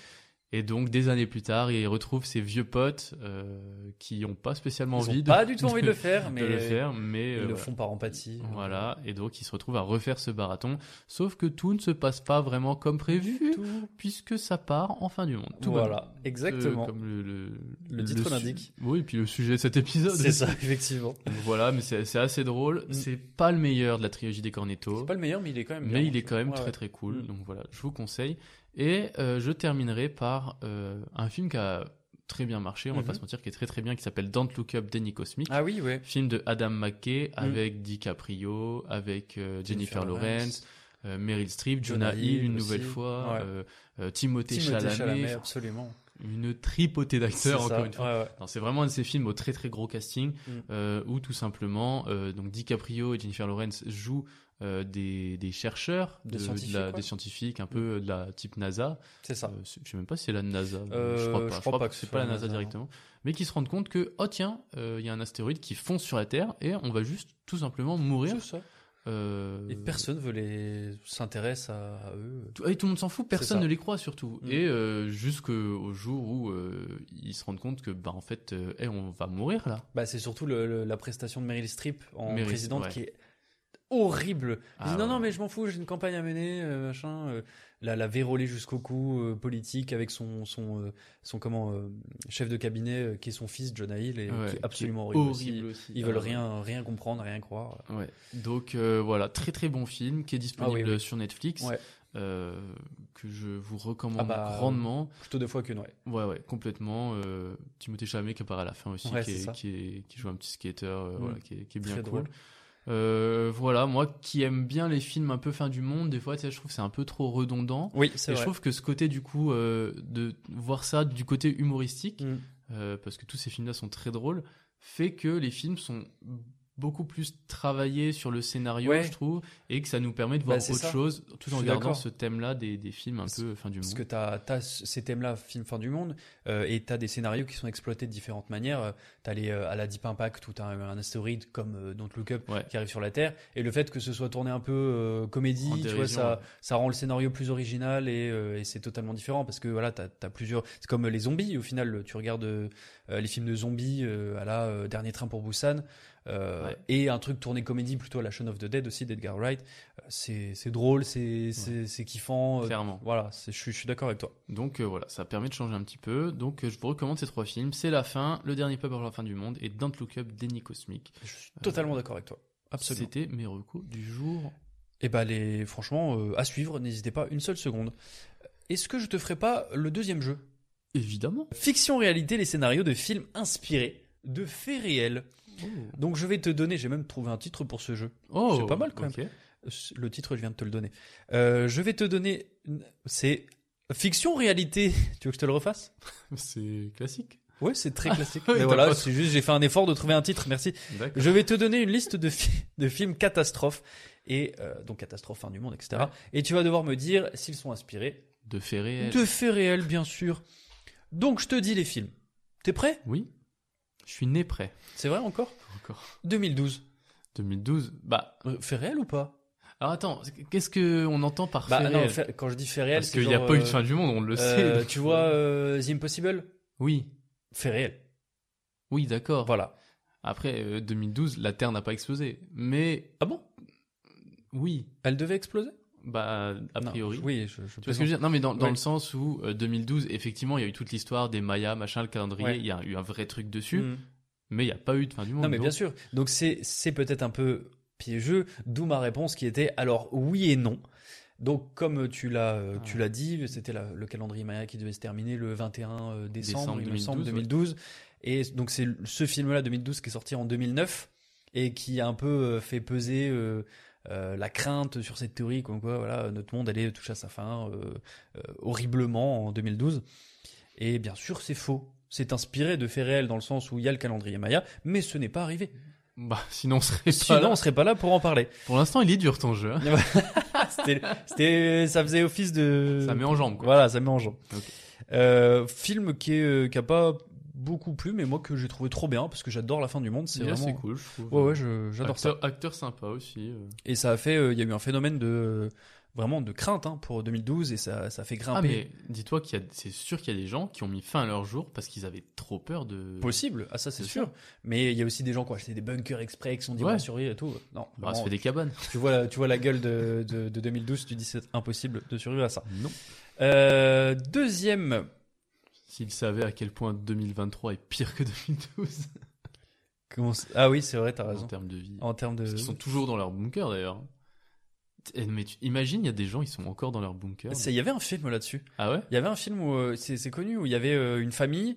Speaker 5: Et donc, des années plus tard, ils retrouvent ces vieux potes euh, qui n'ont pas spécialement
Speaker 4: Ils ont
Speaker 5: envie de,
Speaker 4: pas du tout envie de le faire,
Speaker 5: de
Speaker 4: mais
Speaker 5: le faire, mais
Speaker 4: ils
Speaker 5: euh,
Speaker 4: le
Speaker 5: voilà.
Speaker 4: font par empathie.
Speaker 5: Voilà, et donc ils se retrouvent à refaire ce marathon, sauf que tout ne se passe pas vraiment comme prévu, puisque ça part en fin du monde. Tout
Speaker 4: voilà,
Speaker 5: bonnement.
Speaker 4: exactement.
Speaker 5: Euh, comme le, le,
Speaker 4: Le titre
Speaker 5: su-
Speaker 4: l'indique.
Speaker 5: Oui, et puis le sujet de cet épisode.
Speaker 4: C'est ça, effectivement.
Speaker 5: Donc voilà, mais c'est c'est assez drôle.
Speaker 4: Mm.
Speaker 5: C'est pas le meilleur de la trilogie des Cornetto,
Speaker 4: C'est pas le meilleur, mais il est quand même.
Speaker 5: mais il est quand même très très cool.
Speaker 4: Mm.
Speaker 5: Donc voilà, je vous conseille. Et euh, je terminerai par euh, un film qui a très bien marché, on va
Speaker 4: Mhm.
Speaker 5: pas se mentir, qui est très très bien, qui s'appelle Don't Look Up Danny Cosmic.
Speaker 4: Ah oui, ouais. Mm.
Speaker 5: Film de Adam McKay avec DiCaprio, avec euh, Jennifer, Lawrence, euh, Meryl Streep, Jonah
Speaker 4: Jonah
Speaker 5: Hill
Speaker 4: Hill
Speaker 5: une nouvelle
Speaker 4: aussi.
Speaker 5: fois,
Speaker 4: Ouais.
Speaker 5: euh, euh, Timothée,
Speaker 4: Timothée Chalamet,
Speaker 5: Chalamet. Enfin,
Speaker 4: absolument. une tripotée d'acteurs
Speaker 5: C'est ça,
Speaker 4: encore une fois.
Speaker 5: ouais, ouais.
Speaker 4: Non, c'est vraiment un de ces films au très très gros casting
Speaker 5: Mm.
Speaker 4: euh, où tout simplement euh, donc DiCaprio et Jennifer Lawrence jouent euh, des, des chercheurs, de-
Speaker 5: Des
Speaker 4: de
Speaker 5: scientifiques,
Speaker 4: la-
Speaker 5: quoi.
Speaker 4: des scientifiques un peu euh, de la type NASA.
Speaker 5: C'est ça.
Speaker 4: Euh, c'est- je sais même pas si c'est la NASA.
Speaker 5: Euh,
Speaker 4: je crois pas.
Speaker 5: je
Speaker 4: Je
Speaker 5: crois
Speaker 4: crois
Speaker 5: pas
Speaker 4: que
Speaker 5: que
Speaker 4: c'est
Speaker 5: ce
Speaker 4: pas la
Speaker 5: soit la
Speaker 4: NASA
Speaker 5: NASA, non.
Speaker 4: directement. Mais qui se rendent compte que oh tiens, euh, il y a un astéroïde qui fonce sur la Terre et on va juste tout simplement mourir.
Speaker 5: C'est ça.
Speaker 4: Euh,
Speaker 5: Et personne veut les s'intéresse à, à eux.
Speaker 4: tout, ah, et tout le monde s'en fout, personne
Speaker 5: ça.
Speaker 4: ne les croit surtout.
Speaker 5: Mm.
Speaker 4: Et euh, jusqu'au jour où euh, ils se rendent compte que, bah, en fait, euh, eh, on va mourir là.
Speaker 5: Bah, c'est surtout le- le- la prestation de Meryl Streep en
Speaker 4: Meryl,
Speaker 5: présidente
Speaker 4: ouais.
Speaker 5: qui est horrible. Elle
Speaker 4: Ah,
Speaker 5: dit, non,
Speaker 4: ouais.
Speaker 5: non, mais je m'en fous, j'ai une campagne à mener, euh, machin. euh, la, la vérolée jusqu'au cou euh, politique avec son, son, euh, son comment, euh, chef de cabinet euh, qui est son fils, John Hill, et
Speaker 4: Ouais,
Speaker 5: qui
Speaker 4: qui
Speaker 5: est
Speaker 4: est
Speaker 5: absolument horrible. aussi.
Speaker 4: Horrible aussi.
Speaker 5: Ils veulent
Speaker 4: Ah,
Speaker 5: rien, rien comprendre, rien croire.
Speaker 4: Ouais. Donc euh, voilà, très très bon film qui est disponible
Speaker 5: Ah oui, oui.
Speaker 4: sur Netflix,
Speaker 5: Ouais.
Speaker 4: euh, que je vous recommande
Speaker 5: Ah bah,
Speaker 4: grandement.
Speaker 5: Plutôt deux fois qu'une, ouais.
Speaker 4: Ouais, ouais, complètement. Euh, Timothée Chalamet qui apparaît à la fin aussi,
Speaker 5: Ouais,
Speaker 4: qui,
Speaker 5: c'est
Speaker 4: est,
Speaker 5: ça.
Speaker 4: qui, est- qui joue un petit skater, euh,
Speaker 5: Mm.
Speaker 4: voilà, qui, est, qui est bien
Speaker 5: Très
Speaker 4: cool.
Speaker 5: drôle.
Speaker 4: Euh, voilà, moi qui aime bien les films un peu fin du monde, des fois, tu sais, je trouve que c'est un peu trop redondant.
Speaker 5: Oui, c'est
Speaker 4: Et
Speaker 5: vrai.
Speaker 4: je trouve que ce côté du coup euh, de voir ça du côté humoristique,
Speaker 5: Mm.
Speaker 4: euh, parce que tous ces films-là sont très drôles, fait que les films sont beaucoup plus travaillés sur le scénario,
Speaker 5: Ouais.
Speaker 4: je trouve, et que ça nous permet de
Speaker 5: Bah,
Speaker 4: voir
Speaker 5: c'est
Speaker 4: autre
Speaker 5: ça.
Speaker 4: chose, tout
Speaker 5: Je
Speaker 4: en
Speaker 5: suis
Speaker 4: gardant
Speaker 5: d'accord.
Speaker 4: ce thème-là des, des films un
Speaker 5: Parce-
Speaker 4: peu fin du
Speaker 5: Parce
Speaker 4: monde.
Speaker 5: que tu as, ces thèmes-là, film fin du monde, euh, et tu as des scénarios qui sont exploités de différentes manières. Tu as les, euh, à la Deep Impact, où tu as un, un astéroïde comme euh, Don't Look Up
Speaker 4: Ouais.
Speaker 5: qui arrive sur la Terre, et le fait que ce soit tourné un peu euh, comédie,
Speaker 4: En
Speaker 5: tu vois,
Speaker 4: dérision,
Speaker 5: ça,
Speaker 4: ouais.
Speaker 5: ça rend le scénario plus original et, euh, et c'est totalement différent parce que voilà, tu as, plusieurs. C'est comme euh, les zombies, au final, tu regardes euh, les films de zombies euh, à la euh, Dernier Train pour Busan. euh,
Speaker 4: Ouais.
Speaker 5: Et un truc tourné comédie plutôt à la Shaun of the Dead aussi d'Edgar Wright, Euh, c'est c'est drôle, c'est c'est c'est kiffant, euh,
Speaker 4: Clairement.
Speaker 5: voilà, c'est- je suis, je suis d'accord avec toi.
Speaker 4: Donc euh, voilà, ça permet de changer un petit peu. Donc euh, je vous recommande ces trois films. C'est la fin, Le Dernier Pas pour la fin du monde et Don't Look Up d'Annie Cosmic.
Speaker 5: Je suis totalement d'accord avec toi. Absolument.
Speaker 4: C'était mes recos du jour.
Speaker 5: Et bah les, franchement, euh, à suivre, n'hésitez pas une seule seconde. Est-ce que je te ferai pas le deuxième jeu
Speaker 4: Évidemment.
Speaker 5: Fiction réalité, les scénarios de films inspirés de faits réels. Donc je vais te donner, j'ai même trouvé un titre pour ce jeu.
Speaker 4: Oh,
Speaker 5: C'est pas mal, quand
Speaker 4: ok.
Speaker 5: Le titre, je viens de te le donner. Euh, je vais te donner, une- c'est fiction réalité. Tu veux que je te le refasse
Speaker 4: C'est classique. Ah,
Speaker 5: Ouais, c'est très classique.
Speaker 4: Oui,
Speaker 5: Mais
Speaker 4: t'as
Speaker 5: voilà,
Speaker 4: pas-
Speaker 5: c'est juste, j'ai fait un effort de trouver un titre. Merci.
Speaker 4: D'accord.
Speaker 5: Je vais te donner une liste de, fi- de films catastrophes, et euh, donc catastrophes, fin du monde, etc. Et tu vas devoir me dire s'ils sont inspirés
Speaker 4: De faits réels.
Speaker 5: de faits réels, bien sûr. Donc je te dis les films. T'es prêt
Speaker 4: Oui. Je suis né prêt.
Speaker 5: C'est vrai encore
Speaker 4: Encore.
Speaker 5: 2012.
Speaker 4: 2012. Bah.
Speaker 5: Euh, fait réel ou pas
Speaker 4: Alors attends, qu'est-ce que on entend par
Speaker 5: Bah
Speaker 4: fait
Speaker 5: non,
Speaker 4: réel
Speaker 5: fait- quand je dis fait réel,
Speaker 4: Parce
Speaker 5: c'est
Speaker 4: qu'il n'y a
Speaker 5: genre,
Speaker 4: pas eu
Speaker 5: euh,
Speaker 4: de fin du monde, on le
Speaker 5: euh,
Speaker 4: sait.
Speaker 5: tu vois, euh, The Impossible
Speaker 4: Oui.
Speaker 5: Fait réel.
Speaker 4: Oui, d'accord.
Speaker 5: Voilà.
Speaker 4: Après euh, 2012, la Terre n'a pas explosé. Mais
Speaker 5: Ah bon
Speaker 4: oui.
Speaker 5: Elle devait exploser
Speaker 4: Bah a
Speaker 5: Non,
Speaker 4: priori.
Speaker 5: oui, je, je
Speaker 4: Tu vois ce que je veux dire Non, mais dans, dans
Speaker 5: Ouais.
Speaker 4: le sens où euh, 2012, effectivement, il y a eu toute l'histoire des Mayas, machin, le calendrier,
Speaker 5: Ouais.
Speaker 4: il y a eu un vrai truc dessus,
Speaker 5: Mhm.
Speaker 4: mais il n'y a pas eu de fin du monde.
Speaker 5: Non, mais
Speaker 4: donc-
Speaker 5: bien sûr. Donc c'est c'est peut-être un peu piégeux, d'où ma réponse qui était alors oui et non. Donc comme tu l'as
Speaker 4: Ah.
Speaker 5: euh, tu l'as dit, c'était la- le calendrier maya qui devait se terminer le 21 euh, décembre,
Speaker 4: Décembre
Speaker 5: il me semble
Speaker 4: 2012,
Speaker 5: 2012. Et donc c'est le- ce film-là 2012 qui est sorti en 2009 et qui a un peu euh, fait peser euh, euh, la crainte sur cette théorie comme quoi voilà notre monde allait toucher à sa fin euh, euh, horriblement en 2012. Et bien sûr, c'est faux. C'est inspiré de faits réels dans le sens où il y a le calendrier Maya, mais ce n'est pas arrivé.
Speaker 4: Bah, sinon, on serait pas
Speaker 5: Sinon,
Speaker 4: là.
Speaker 5: on serait pas là pour en parler.
Speaker 4: Pour l'instant, il est dur ton jeu. hein.
Speaker 5: C'était, c'était- ça faisait office de.
Speaker 4: Ça met en jambe, quoi.
Speaker 5: Voilà, ça met en jambe.
Speaker 4: Ok.
Speaker 5: Euh, film qui est, euh, qui a pas beaucoup plu, mais moi que j'ai trouvé trop bien parce que j'adore la fin du monde. C'est
Speaker 4: Déjà,
Speaker 5: vraiment.
Speaker 4: cool, je trouve.
Speaker 5: Ouais, ouais, je- j'adore ça.
Speaker 4: acteur, Acteur sympa aussi. euh.
Speaker 5: Et ça a fait, euh, il y a eu un phénomène de euh, vraiment de crainte hein, pour 2012 et ça, ça a fait grimper.
Speaker 4: Ah mais dis-toi qu'il y a, c'est sûr qu'il y a des gens qui ont mis fin à leur jour parce qu'ils avaient trop peur de.
Speaker 5: Possible, ah ça c'est
Speaker 4: C'est
Speaker 5: sûr.
Speaker 4: sûr.
Speaker 5: Mais il y a aussi des gens qui ont acheté des bunkers exprès, qui se sont dit
Speaker 4: Ouais.
Speaker 5: on va survivre et tout.
Speaker 4: Bah,
Speaker 5: Non,
Speaker 4: ça
Speaker 5: vraiment,
Speaker 4: fait des cabanes.
Speaker 5: tu, vois, la- tu vois la gueule de, de, de 2012, tu dis c'est impossible de survivre à ça.
Speaker 4: Non.
Speaker 5: Euh, deuxième
Speaker 4: S'ils savaient à quel point 2023 est pire que 2012
Speaker 5: Comment ça- Ah oui, c'est vrai, t'as
Speaker 4: en
Speaker 5: raison.
Speaker 4: termes de vie.
Speaker 5: En termes de.
Speaker 4: Parce qu'ils sont toujours dans leur bunker d'ailleurs. Eh, Mais tu imagines, il y a des gens, ils sont encore dans leur bunker.
Speaker 5: Ça, Il y avait un film là-dessus.
Speaker 4: Ah ouais
Speaker 5: Il y avait un film où euh, c'est c'est connu où il y avait euh, une famille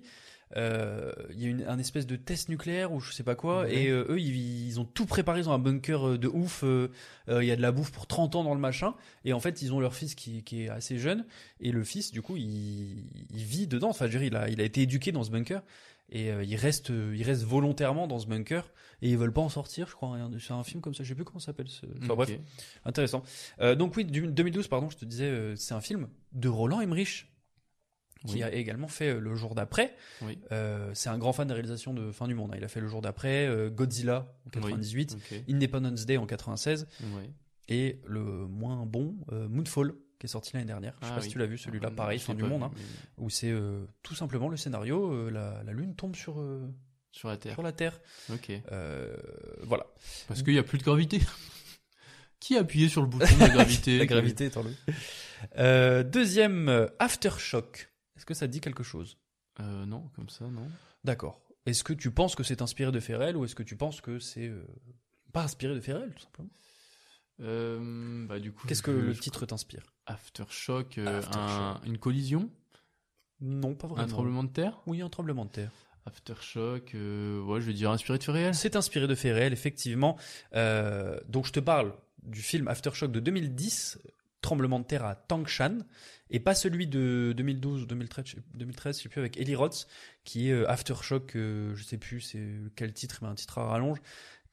Speaker 5: euh, il y a une, un espèce de test nucléaire ou je sais pas quoi, et euh, eux ils, ils ont tout préparé, ils ont un bunker euh, de ouf, euh, euh, il y a de la bouffe pour 30 ans dans le machin, et en fait ils ont leur fils qui, qui est assez jeune, et le fils du coup il, il vit dedans, enfin je veux dire, il a, il a été éduqué dans ce bunker, et euh, il, reste, euh, il reste volontairement dans ce bunker, et ils veulent pas en sortir, je crois, un- c'est un film comme ça, je sais plus comment ça s'appelle, ce... enfin bref,
Speaker 4: Ok.
Speaker 5: intéressant. Euh, donc oui, du- 2012, pardon, je te disais, euh, c'est un film de Roland Emmerich, qui
Speaker 4: Oui.
Speaker 5: a également fait euh, Le Jour d'après,
Speaker 4: Oui.
Speaker 5: euh, c'est un grand fan des réalisations de fin du monde. hein. Il a fait Le Jour d'après, euh, Godzilla en 98,
Speaker 4: Ok.
Speaker 5: Independence Day en 96
Speaker 4: Ouais.
Speaker 5: et le moins bon euh, Moonfall qui est sorti l'année dernière. Je sais
Speaker 4: Ah
Speaker 5: pas si
Speaker 4: oui.
Speaker 5: tu l'as vu celui-là,
Speaker 4: Ah,
Speaker 5: pareil,
Speaker 4: je
Speaker 5: fin
Speaker 4: l'ai
Speaker 5: du
Speaker 4: pas
Speaker 5: monde,
Speaker 4: vu,
Speaker 5: hein,
Speaker 4: mais
Speaker 5: où c'est euh, tout simplement le scénario, euh, la, la lune tombe sur, euh,
Speaker 4: Sur la Terre.
Speaker 5: sur la Terre.
Speaker 4: Ok.
Speaker 5: Euh, voilà.
Speaker 4: Parce qu'il n'y a plus de gravité. Qui a appuyé sur le bouton de la gravité
Speaker 5: la gravité étant le. Euh, deuxième, euh, Aftershock. Est-ce que ça te dit quelque chose
Speaker 4: Euh, non, comme ça, non.
Speaker 5: D'accord. Est-ce que tu penses que c'est inspiré de Ferrel ou est-ce que tu penses que c'est euh, pas inspiré de Ferrel, tout simplement
Speaker 4: Euh, bah, du coup,
Speaker 5: Qu'est-ce que
Speaker 4: je-
Speaker 5: le
Speaker 4: je-
Speaker 5: titre t'inspire
Speaker 4: Aftershock, euh,
Speaker 5: Aftershock.
Speaker 4: un- une collision,
Speaker 5: Non, pas vraiment.
Speaker 4: un tremblement de terre.
Speaker 5: Oui, un tremblement de terre.
Speaker 4: Aftershock, euh, ouais, je vais dire inspiré de faits réels.
Speaker 5: C'est inspiré de faits réels, effectivement. Euh, donc je te parle du film Aftershock de 2010, Tremblement de terre à Tangshan, et pas celui de 2012 ou 2013, je sais- 2013, je sais plus, avec Eli Roth, qui est euh, Aftershock, euh, je sais plus c'est quel titre, mais un titre à rallonge,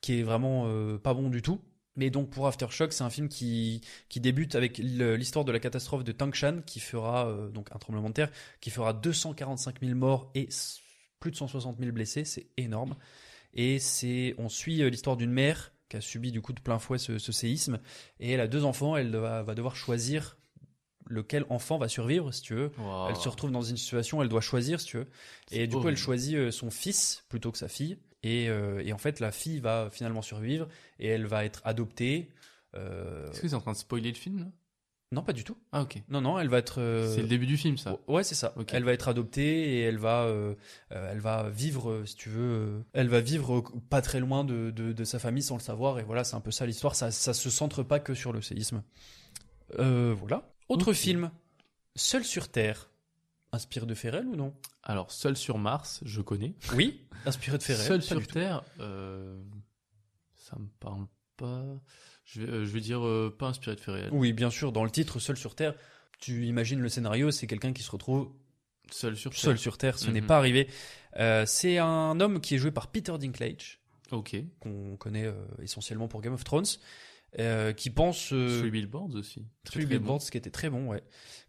Speaker 5: qui est vraiment euh, pas bon du tout. Mais donc pour Aftershock, c'est un film qui, qui débute avec le- l'histoire de la catastrophe de Tangshan, qui fera euh, donc un tremblement de terre, qui fera 245 000 morts et s- plus de 160 000 blessés, c'est énorme et c'est on suit euh, l'histoire d'une mère qui a subi du coup de plein fouet ce, ce séisme et elle a deux enfants elle va, va devoir choisir lequel enfant va survivre si tu veux
Speaker 4: Wow.
Speaker 5: elle se retrouve dans une situation elle doit choisir si tu veux et
Speaker 4: C'est
Speaker 5: du coup elle
Speaker 4: horrible.
Speaker 5: choisit euh, son fils plutôt que sa fille et, euh, et en fait la fille va finalement survivre et elle va être adoptée Euh,
Speaker 4: Est-ce que c'est en train de spoiler le film là
Speaker 5: non pas du tout
Speaker 4: Ah ok.
Speaker 5: non non elle va être euh,
Speaker 4: C'est le début du film ça.
Speaker 5: Ou- Ouais, c'est ça.
Speaker 4: Ok.
Speaker 5: Elle va être adoptée et elle va, euh, euh, elle va vivre, euh, si tu veux, euh, elle va vivre euh, pas très loin de, de, de sa famille sans le savoir. Et voilà, c'est un peu ça l'histoire. Ça, ça se centre pas que sur le séisme. Euh, voilà. Autre
Speaker 4: Ok.
Speaker 5: film, Seul sur Terre. Inspiré de Ferrel ou non
Speaker 4: Alors Seul sur Mars, je connais.
Speaker 5: Oui, inspiré de Ferrel.
Speaker 4: Seul
Speaker 5: pas
Speaker 4: sur
Speaker 5: du tout.
Speaker 4: Terre, euh, ça me parle pas. Je vais, euh, je vais dire euh, pas inspiré de faits réels.
Speaker 5: Oui, bien sûr, dans le titre Seul sur Terre, tu imagines le scénario, c'est quelqu'un qui se retrouve
Speaker 4: Seul sur Terre.
Speaker 5: seul sur Terre, ce n'est
Speaker 4: Mhm.
Speaker 5: pas arrivé. Euh, c'est un homme qui est joué par Peter Dinklage.
Speaker 4: Ok.
Speaker 5: qu'on connaît euh, essentiellement pour Game of Thrones, euh, qui pense euh,
Speaker 4: Three Billboards aussi. Très,
Speaker 5: Three
Speaker 4: très
Speaker 5: Billboards, qui était très bon, ouais,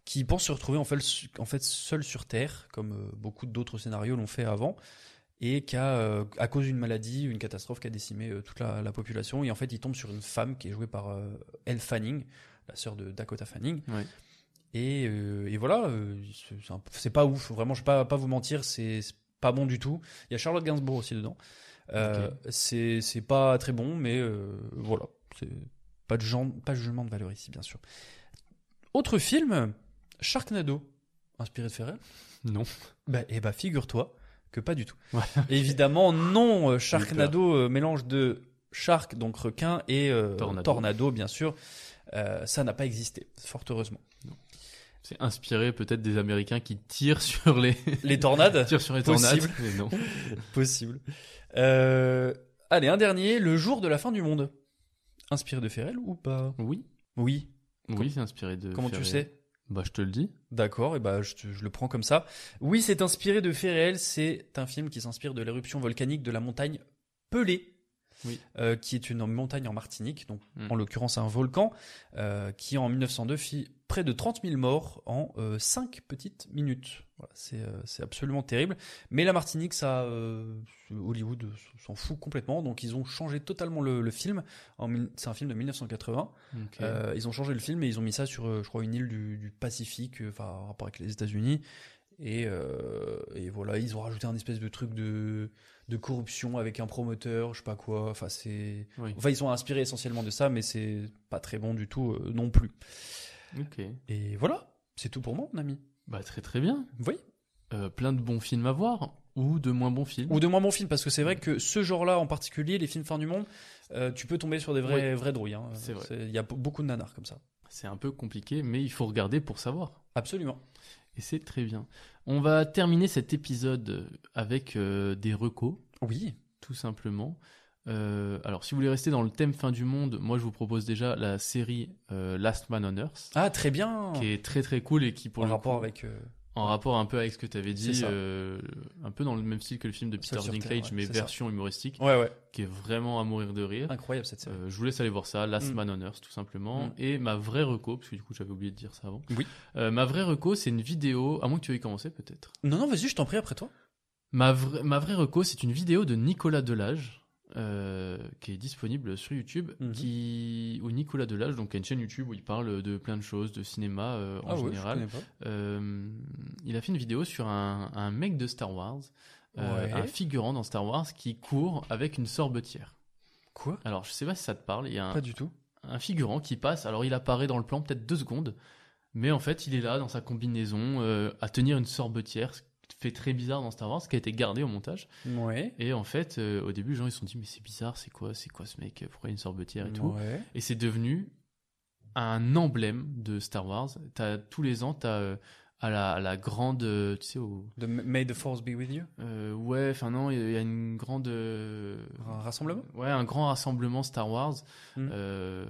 Speaker 5: qui pense se retrouver en fait, su- en fait seul sur Terre, comme euh, beaucoup d'autres scénarios l'ont fait avant, et qui a, euh, à cause d'une maladie, une catastrophe qui a décimé euh, toute la, la population, et en fait il tombe sur une femme qui est jouée par euh, Elle Fanning, la sœur de Dakota Fanning.
Speaker 4: Ouais.
Speaker 5: Et, euh, et voilà, euh, c'est- c'est un- c'est pas ouf, vraiment, je vais pas, pas vous mentir, c'est c'est pas bon du tout. Il y a Charlotte Gainsbourg aussi dedans. Euh,
Speaker 4: Ok.
Speaker 5: C'est c'est pas très bon, mais euh, voilà. C'est Pas de, genre, pas de jugement de valeur ici, bien sûr. Autre film, Sharknado, inspiré de Ferrel.
Speaker 4: bon. Non.
Speaker 5: Bah, et bah, figure-toi que pas du tout.
Speaker 4: Ouais.
Speaker 5: Évidemment, non, euh, Sharknado, euh, mélange de shark, donc requin, et euh, tornado.
Speaker 4: Tornado.
Speaker 5: bien sûr. Euh, ça n'a pas existé, fort heureusement.
Speaker 4: C'est inspiré peut-être des Américains qui tirent sur les
Speaker 5: Les tornades
Speaker 4: tirent sur les
Speaker 5: Possible.
Speaker 4: tornades. Mais non.
Speaker 5: Possible. Euh, allez, un dernier, Le jour de la fin du monde. Inspiré de Ferrel ou pas
Speaker 4: Oui.
Speaker 5: Oui.
Speaker 4: Oui, c'est inspiré de.
Speaker 5: Comment
Speaker 4: faits
Speaker 5: tu
Speaker 4: réels.
Speaker 5: sais
Speaker 4: Bah je te le dis.
Speaker 5: D'accord, et bah je, te- je le prends comme ça. Oui, c'est inspiré de faits réels. C'est un film qui s'inspire de l'éruption volcanique de la montagne Pelée,
Speaker 4: Oui.
Speaker 5: euh, qui est une montagne en Martinique, donc
Speaker 4: Mm.
Speaker 5: en l'occurrence un volcan, euh, qui en 1902 fit près de 30 000 morts en 5 petites minutes. Voilà, c'est euh, c'est absolument terrible. Mais la Martinique, ça, euh, Hollywood euh, s'en fout complètement, donc ils ont changé totalement le, le film. En mille- C'est un film de 1980.
Speaker 4: Ok.
Speaker 5: Euh, ils ont changé le film et ils ont mis ça sur, euh, je crois, une île du, du Pacifique, euh, enfin, en rapport avec les États-Unis. Et, euh, et voilà, ils ont rajouté un espèce de truc de, de corruption avec un promoteur, je sais pas quoi. Enfin, c'est.
Speaker 4: Oui.
Speaker 5: Enfin, ils sont inspirés essentiellement de ça, mais c'est pas très bon du tout euh, non plus.
Speaker 4: Ok.
Speaker 5: Et voilà, c'est tout pour moi, mon ami.
Speaker 4: Bah très très bien.
Speaker 5: Vous voyez
Speaker 4: Euh, plein de bons films à voir ou de moins bons films.
Speaker 5: Ou de moins bon film, parce que c'est vrai que ce genre-là en particulier, les films fin du monde, euh, tu peux tomber sur des vrais, vrais drouilles. hein.
Speaker 4: C'est vrai.
Speaker 5: Il y a beaucoup de nanars comme ça.
Speaker 4: C'est un peu compliqué, mais il faut regarder pour savoir.
Speaker 5: Absolument. Et c'est très bien. On va terminer cet épisode avec euh, des recos.
Speaker 4: Oui.
Speaker 5: Tout simplement. Euh, alors, si vous voulez rester dans le thème fin du monde, moi je vous propose déjà la série euh, Last Man on Earth,
Speaker 4: Ah, très bien
Speaker 5: qui est très très cool et qui pour
Speaker 4: En
Speaker 5: le
Speaker 4: rapport
Speaker 5: coup-
Speaker 4: avec... euh,
Speaker 5: en rapport un peu avec ce que tu avais dit,
Speaker 4: C'est ça.
Speaker 5: euh, un peu dans le même style que le film de Peter
Speaker 4: Seul sur Terre,
Speaker 5: Dinklage,
Speaker 4: ouais,
Speaker 5: mais
Speaker 4: c'est ça.
Speaker 5: version humoristique,
Speaker 4: Ouais, ouais.
Speaker 5: qui est vraiment à mourir de rire.
Speaker 4: Incroyable cette série.
Speaker 5: Euh, je vous laisse aller voir ça, Last
Speaker 4: Mm.
Speaker 5: Man on Earth, tout simplement.
Speaker 4: Mm.
Speaker 5: Et ma vraie reco, parce que du coup j'avais oublié de dire ça avant.
Speaker 4: Oui.
Speaker 5: Euh, ma vraie reco, c'est une vidéo, à moins que tu aies commencé peut-être.
Speaker 4: Non, non, vas-y, je t'en prie, après toi.
Speaker 5: Ma, vra- ma vraie reco, c'est une vidéo de Nicolas Delage. euh, qui est disponible sur YouTube,
Speaker 4: Mhm.
Speaker 5: qui où Nicolas Delage donc a une chaîne YouTube où il parle de plein de choses, de cinéma euh, en
Speaker 4: Ah ouais, je
Speaker 5: général.
Speaker 4: connais pas.
Speaker 5: Euh, il a fait une vidéo sur un, un mec de Star Wars, euh,
Speaker 4: Ouais.
Speaker 5: un figurant dans Star Wars qui court avec une sorbetière.
Speaker 4: Quoi
Speaker 5: Alors je sais pas si ça te parle, il y a un,
Speaker 4: Pas du tout.
Speaker 5: un figurant qui passe, alors il apparaît dans le plan peut-être deux secondes, mais en fait il est là dans sa combinaison euh, à tenir une sorbetière, ce qui fait très bizarre dans Star Wars, ce qui a été gardé au montage.
Speaker 4: Ouais.
Speaker 5: Et en fait euh, au début les gens ils se sont dit mais c'est bizarre, c'est quoi, c'est quoi ce mec, euh, pourquoi il a une sorbetière et tout.
Speaker 4: Ouais.
Speaker 5: Et c'est devenu un emblème de Star Wars. T'as- tous les ans, t'as euh, à, la, à la grande, euh, tu sais, au-
Speaker 4: De M- May the Force be with you.
Speaker 5: euh, ouais, enfin non, il y a une grande, euh,
Speaker 4: Un rassemblement
Speaker 5: ouais, un grand rassemblement Star Wars
Speaker 4: Mhm.
Speaker 5: euh,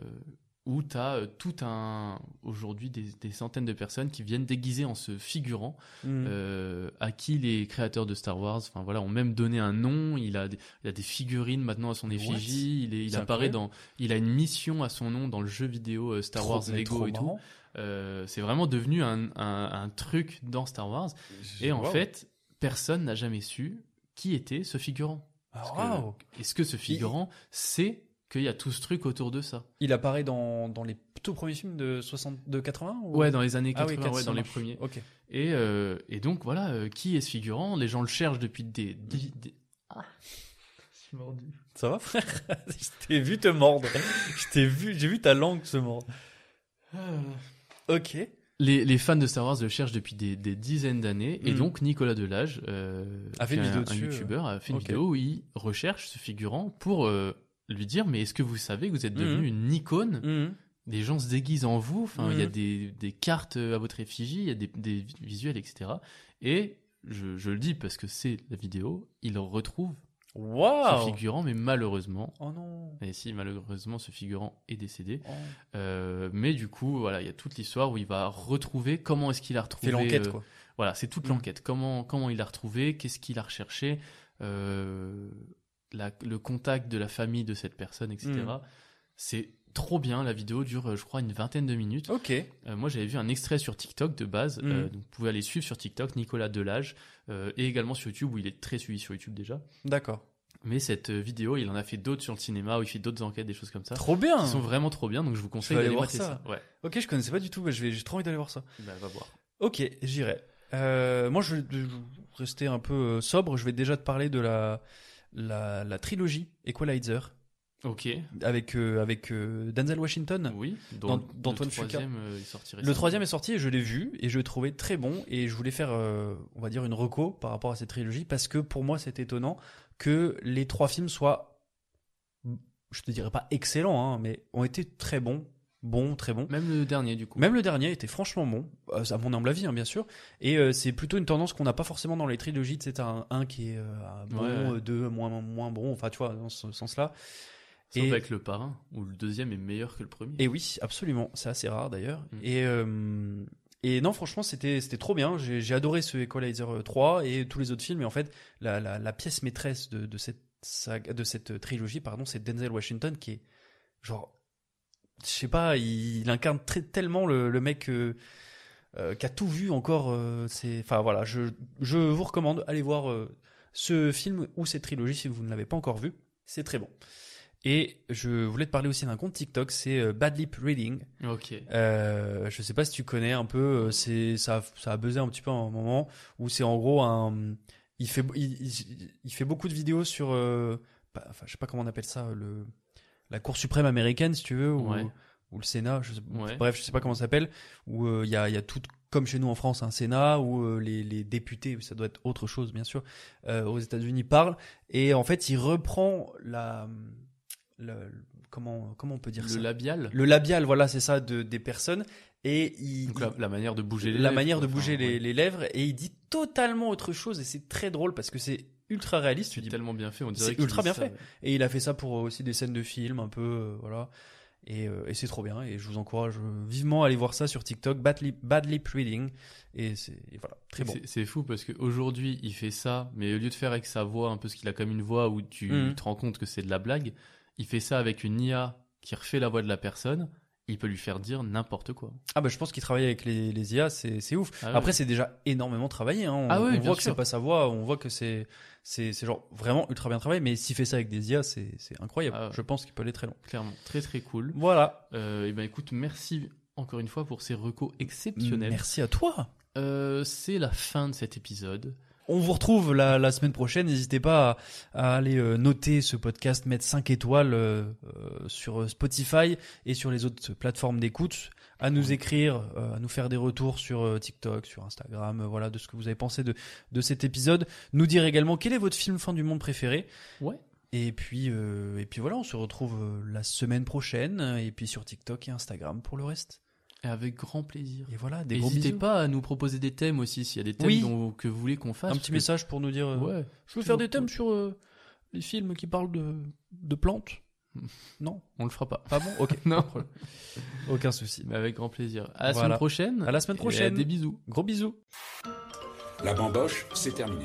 Speaker 5: où t'as euh, tout un aujourd'hui des, des centaines de personnes qui viennent déguisées en se figurant
Speaker 4: Mm.
Speaker 5: euh, à qui les créateurs de Star Wars, enfin voilà, ont même donné un nom. Il a des, il a des figurines maintenant à son
Speaker 4: What
Speaker 5: effigie. Il, est- il
Speaker 4: C'est
Speaker 5: apparaît
Speaker 4: incroyable.
Speaker 5: dans, il a une mission à son nom dans le jeu vidéo euh, Star
Speaker 4: Trop-
Speaker 5: Wars
Speaker 4: mais
Speaker 5: Lego
Speaker 4: trop
Speaker 5: et tout.
Speaker 4: marrant.
Speaker 5: Euh, c'est vraiment devenu un, un, un truc dans Star Wars. Et en
Speaker 4: Wow.
Speaker 5: fait, personne n'a jamais su qui était ce figurant.
Speaker 4: Ah,
Speaker 5: Parce que-
Speaker 4: wow.
Speaker 5: Est-ce que ce figurant sait qu'il y a tout ce truc autour de ça
Speaker 4: Il apparaît dans, dans les tout premiers films de, 60, de 80 ou...
Speaker 5: Ouais, dans les années
Speaker 4: Ah
Speaker 5: 80,
Speaker 4: oui,
Speaker 5: ouais, dans les
Speaker 4: 400,
Speaker 5: premiers.
Speaker 4: Ok.
Speaker 5: Et, euh, et donc voilà, euh, qui est ce figurant Les gens le cherchent depuis des. des, des-
Speaker 4: Mhm.
Speaker 5: Ah,
Speaker 4: Ça va, frère Je t'ai vu te mordre. Je t'ai vu, j'ai vu ta langue se mordre. Ok.
Speaker 5: Euh. Les, les fans de Star Wars le cherchent depuis des, des dizaines d'années. Et
Speaker 4: Mm.
Speaker 5: donc Nicolas Delage, euh,
Speaker 4: A fait
Speaker 5: qui
Speaker 4: une
Speaker 5: est
Speaker 4: vidéo
Speaker 5: un,
Speaker 4: dessus, euh.
Speaker 5: youtubeur, a fait une
Speaker 4: Ok.
Speaker 5: vidéo où il recherche ce figurant pour euh, lui dire Mais est-ce que vous savez que vous êtes devenu
Speaker 4: Mhm.
Speaker 5: une icône
Speaker 4: Mhm.
Speaker 5: Des gens se déguisent en vous. Enfin, il y a
Speaker 4: Mhm.
Speaker 5: des, des cartes euh, à votre effigie, il y a des, des visuels, etc. Et je, je le dis parce que c'est la vidéo, il retrouve ce
Speaker 4: Waouh
Speaker 5: figurant, mais malheureusement,
Speaker 4: Oh non.
Speaker 5: Et si malheureusement ce figurant est décédé.
Speaker 4: Oh.
Speaker 5: Euh, mais du coup, voilà, il y a toute l'histoire où il va retrouver comment est-ce qu'il a retrouvé.
Speaker 4: Fais l'enquête,
Speaker 5: euh,
Speaker 4: quoi.
Speaker 5: Voilà, c'est toute
Speaker 4: Mm.
Speaker 5: l'enquête. Comment comment il a retrouvé, qu'est-ce qu'il a recherché, euh, la- le contact de la famille de cette personne, etc.
Speaker 4: Mm.
Speaker 5: C'est trop bien. La vidéo dure, euh, je crois, une vingtaine de minutes.
Speaker 4: Ok.
Speaker 5: Euh, moi, j'avais vu un extrait sur TikTok de base.
Speaker 4: Mm.
Speaker 5: euh, donc, vous pouvez aller suivre sur TikTok Nicolas Delage euh, et également sur YouTube où il est très suivi sur YouTube déjà.
Speaker 4: D'accord.
Speaker 5: Mais cette euh, vidéo, il en a fait d'autres sur le cinéma où il fait d'autres enquêtes, des choses comme ça
Speaker 4: Trop bien.
Speaker 5: qui sont vraiment trop bien, donc je vous conseille
Speaker 4: vais aller
Speaker 5: d'aller
Speaker 4: voir
Speaker 5: mater ça.
Speaker 4: ça.
Speaker 5: Ouais,
Speaker 4: Ok, je connaissais pas du tout. mais je vais- J'ai trop envie d'aller voir ça.
Speaker 5: bah va voir.
Speaker 4: Ok, j'irai. Euh, moi, je vais je vais rester un peu euh, sobre. Je vais déjà te parler de la, la, la trilogie Equalizer
Speaker 5: Ok,
Speaker 4: avec, euh, avec euh, Denzel Washington.
Speaker 5: oui.
Speaker 4: Dans-
Speaker 5: le-
Speaker 4: d'Antoine
Speaker 5: le
Speaker 4: Fuqua.
Speaker 5: troisième, euh, il sortirait
Speaker 4: Le troisième est sorti et je l'ai vu et je le trouvais très bon et je voulais faire, euh, on va dire, une reco par rapport à cette trilogie parce que pour moi c'est étonnant que les trois films soient, je te dirais pas excellents, hein, mais ont été très bons, bons, très bons.
Speaker 5: Même le dernier, du coup.
Speaker 4: Même le dernier était franchement bon, euh, à mon humble avis, hein, bien sûr. Et euh, c'est plutôt une tendance qu'on n'a pas forcément dans les trilogies. C'est un, un qui est euh, bon,
Speaker 5: Ouais, ouais.
Speaker 4: euh, deux moins, moins bon, enfin, tu vois, dans ce sens-là.
Speaker 5: Sauf
Speaker 4: et-
Speaker 5: avec le parrain, où le deuxième est meilleur que le premier.
Speaker 4: Et oui, absolument. C'est assez rare d'ailleurs.
Speaker 5: Mm.
Speaker 4: Et, euh, et non, franchement, c'était c'était trop bien. J'ai j'ai adoré ce Equalizer euh, 3 et tous les autres films. Et en fait, la, la, la pièce maîtresse de, de cette saga, de cette euh, trilogie, pardon, c'est Denzel Washington qui est genre, je sais pas, il, il incarne très, tellement le, le mec. euh, euh, qui a tout vu encore. euh, c'est, enfin voilà, je, je vous recommande allez voir euh, ce film ou cette trilogie si vous ne l'avez pas encore vu. C'est très bon. Et je voulais te parler aussi d'un compte TikTok, c'est euh, Bad Lip Reading.
Speaker 5: Ok.
Speaker 4: Euh, je sais pas si tu connais un peu, euh, c'est ça, ça a buzzé un petit peu à un moment où c'est en gros un, il fait, il, il- il fait beaucoup de vidéos sur, euh, bah, enfin, je sais pas comment on appelle ça, le, la Cour suprême américaine si tu veux, ou,
Speaker 5: Ouais.
Speaker 4: ou le Sénat, je sais-
Speaker 5: Ouais.
Speaker 4: bref, je sais pas comment ça s'appelle, où euh, il y a, il y a tout, comme chez nous en France, un Sénat où euh, les, les députés, ça doit être autre chose bien sûr, euh, aux États-Unis parlent et en fait il reprend la, la- comment, comment on peut dire
Speaker 5: Le
Speaker 4: ça
Speaker 5: labial.
Speaker 4: le labial, voilà, c'est ça, de, des personnes.
Speaker 5: Et il,
Speaker 4: Donc la, la manière de bouger les
Speaker 5: la
Speaker 4: lèvres,
Speaker 5: manière
Speaker 4: quoi.
Speaker 5: de bouger
Speaker 4: Enfin,
Speaker 5: les,
Speaker 4: ouais.
Speaker 5: les lèvres et il dit totalement autre chose et c'est très drôle parce que c'est ultra réaliste. Tu
Speaker 4: C'est
Speaker 5: dis,
Speaker 4: tellement bien fait, on
Speaker 5: C'est
Speaker 4: dirait qu'ils
Speaker 5: ultra
Speaker 4: disent
Speaker 5: bien
Speaker 4: ça.
Speaker 5: et il a fait ça pour euh, aussi des scènes de films un peu, euh, voilà. Et, euh, et c'est trop bien. Et je vous encourage euh, vivement à aller voir ça sur TikTok, Bad Lip, Bad Lip Reading. Et c'est et voilà, très bon.
Speaker 4: C'est- C'est fou parce qu'aujourd'hui, il fait ça, mais au lieu de faire avec sa voix, un peu ce qu'il a comme une voix où tu
Speaker 5: Mhm.
Speaker 4: te rends compte que c'est de la blague, il fait ça avec une IA qui refait la voix de la personne, il peut lui faire dire n'importe quoi.
Speaker 5: Ah bah je pense qu'il travaille avec les, les IA, c'est c'est ouf.
Speaker 4: Ah ouais.
Speaker 5: Après c'est déjà énormément travaillé. Hein. On,
Speaker 4: Ah oui,
Speaker 5: on
Speaker 4: bien
Speaker 5: voit que
Speaker 4: sûr.
Speaker 5: c'est pas sa voix, on voit que c'est c'est c'est genre vraiment ultra bien travaillé. Mais s'il fait ça avec des IA, c'est c'est incroyable.
Speaker 4: Ah ouais.
Speaker 5: Je pense qu'il peut aller très loin.
Speaker 4: Clairement, très très cool.
Speaker 5: Voilà.
Speaker 4: Euh, et ben écoute, merci encore une fois pour ces recos exceptionnels.
Speaker 5: Merci à toi.
Speaker 4: Euh, c'est la fin de cet épisode.
Speaker 5: On vous retrouve la, la semaine prochaine. N'hésitez pas à, à aller euh, noter ce podcast, mettre 5 étoiles euh, euh, sur Spotify et sur les autres plateformes d'écoute, à nous écrire, euh, à nous faire des retours sur euh, TikTok, sur Instagram, euh, voilà, de ce que vous avez pensé de, de cet épisode. Nous dire également quel est votre film fin du monde préféré.
Speaker 4: Ouais.
Speaker 5: Et puis, euh, et puis voilà, on se retrouve euh, la semaine prochaine euh, et puis sur TikTok et Instagram pour le reste.
Speaker 4: Et avec grand plaisir.
Speaker 5: Et voilà, des gros
Speaker 4: N'hésitez
Speaker 5: bisous.
Speaker 4: pas à nous proposer des thèmes aussi, s'il y a des thèmes
Speaker 5: Oui.
Speaker 4: dont- que vous voulez qu'on fasse.
Speaker 5: Un
Speaker 4: parce
Speaker 5: petit
Speaker 4: que-
Speaker 5: message pour nous dire. euh,
Speaker 4: Ouais.
Speaker 5: Je veux faire des thèmes sur euh, les films qui parlent de, de plantes. Non,
Speaker 4: On le fera pas.
Speaker 5: pas bon. Ok,
Speaker 4: Non.
Speaker 5: aucun souci.
Speaker 4: Mais avec grand plaisir. À la
Speaker 5: Voilà.
Speaker 4: semaine prochaine.
Speaker 5: À la semaine
Speaker 4: Et
Speaker 5: prochaine.
Speaker 4: Des bisous.
Speaker 5: Gros bisous.
Speaker 3: La bamboche, c'est terminé.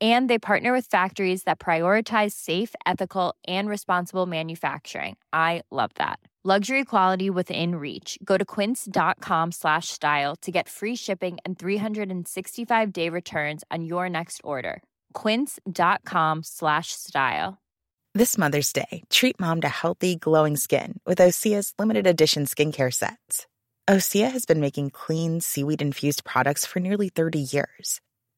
Speaker 7: And they partner with factories that prioritize safe, ethical, and responsible manufacturing. I love that. Luxury quality within reach. Go to quince.com slash style to get free shipping and 365 day returns on your next order. Quince.com slash style.
Speaker 8: This Mother's Day, treat mom to healthy, glowing skin with Osea's limited edition skincare sets. Osea has been making clean, seaweed infused products for nearly 30 years.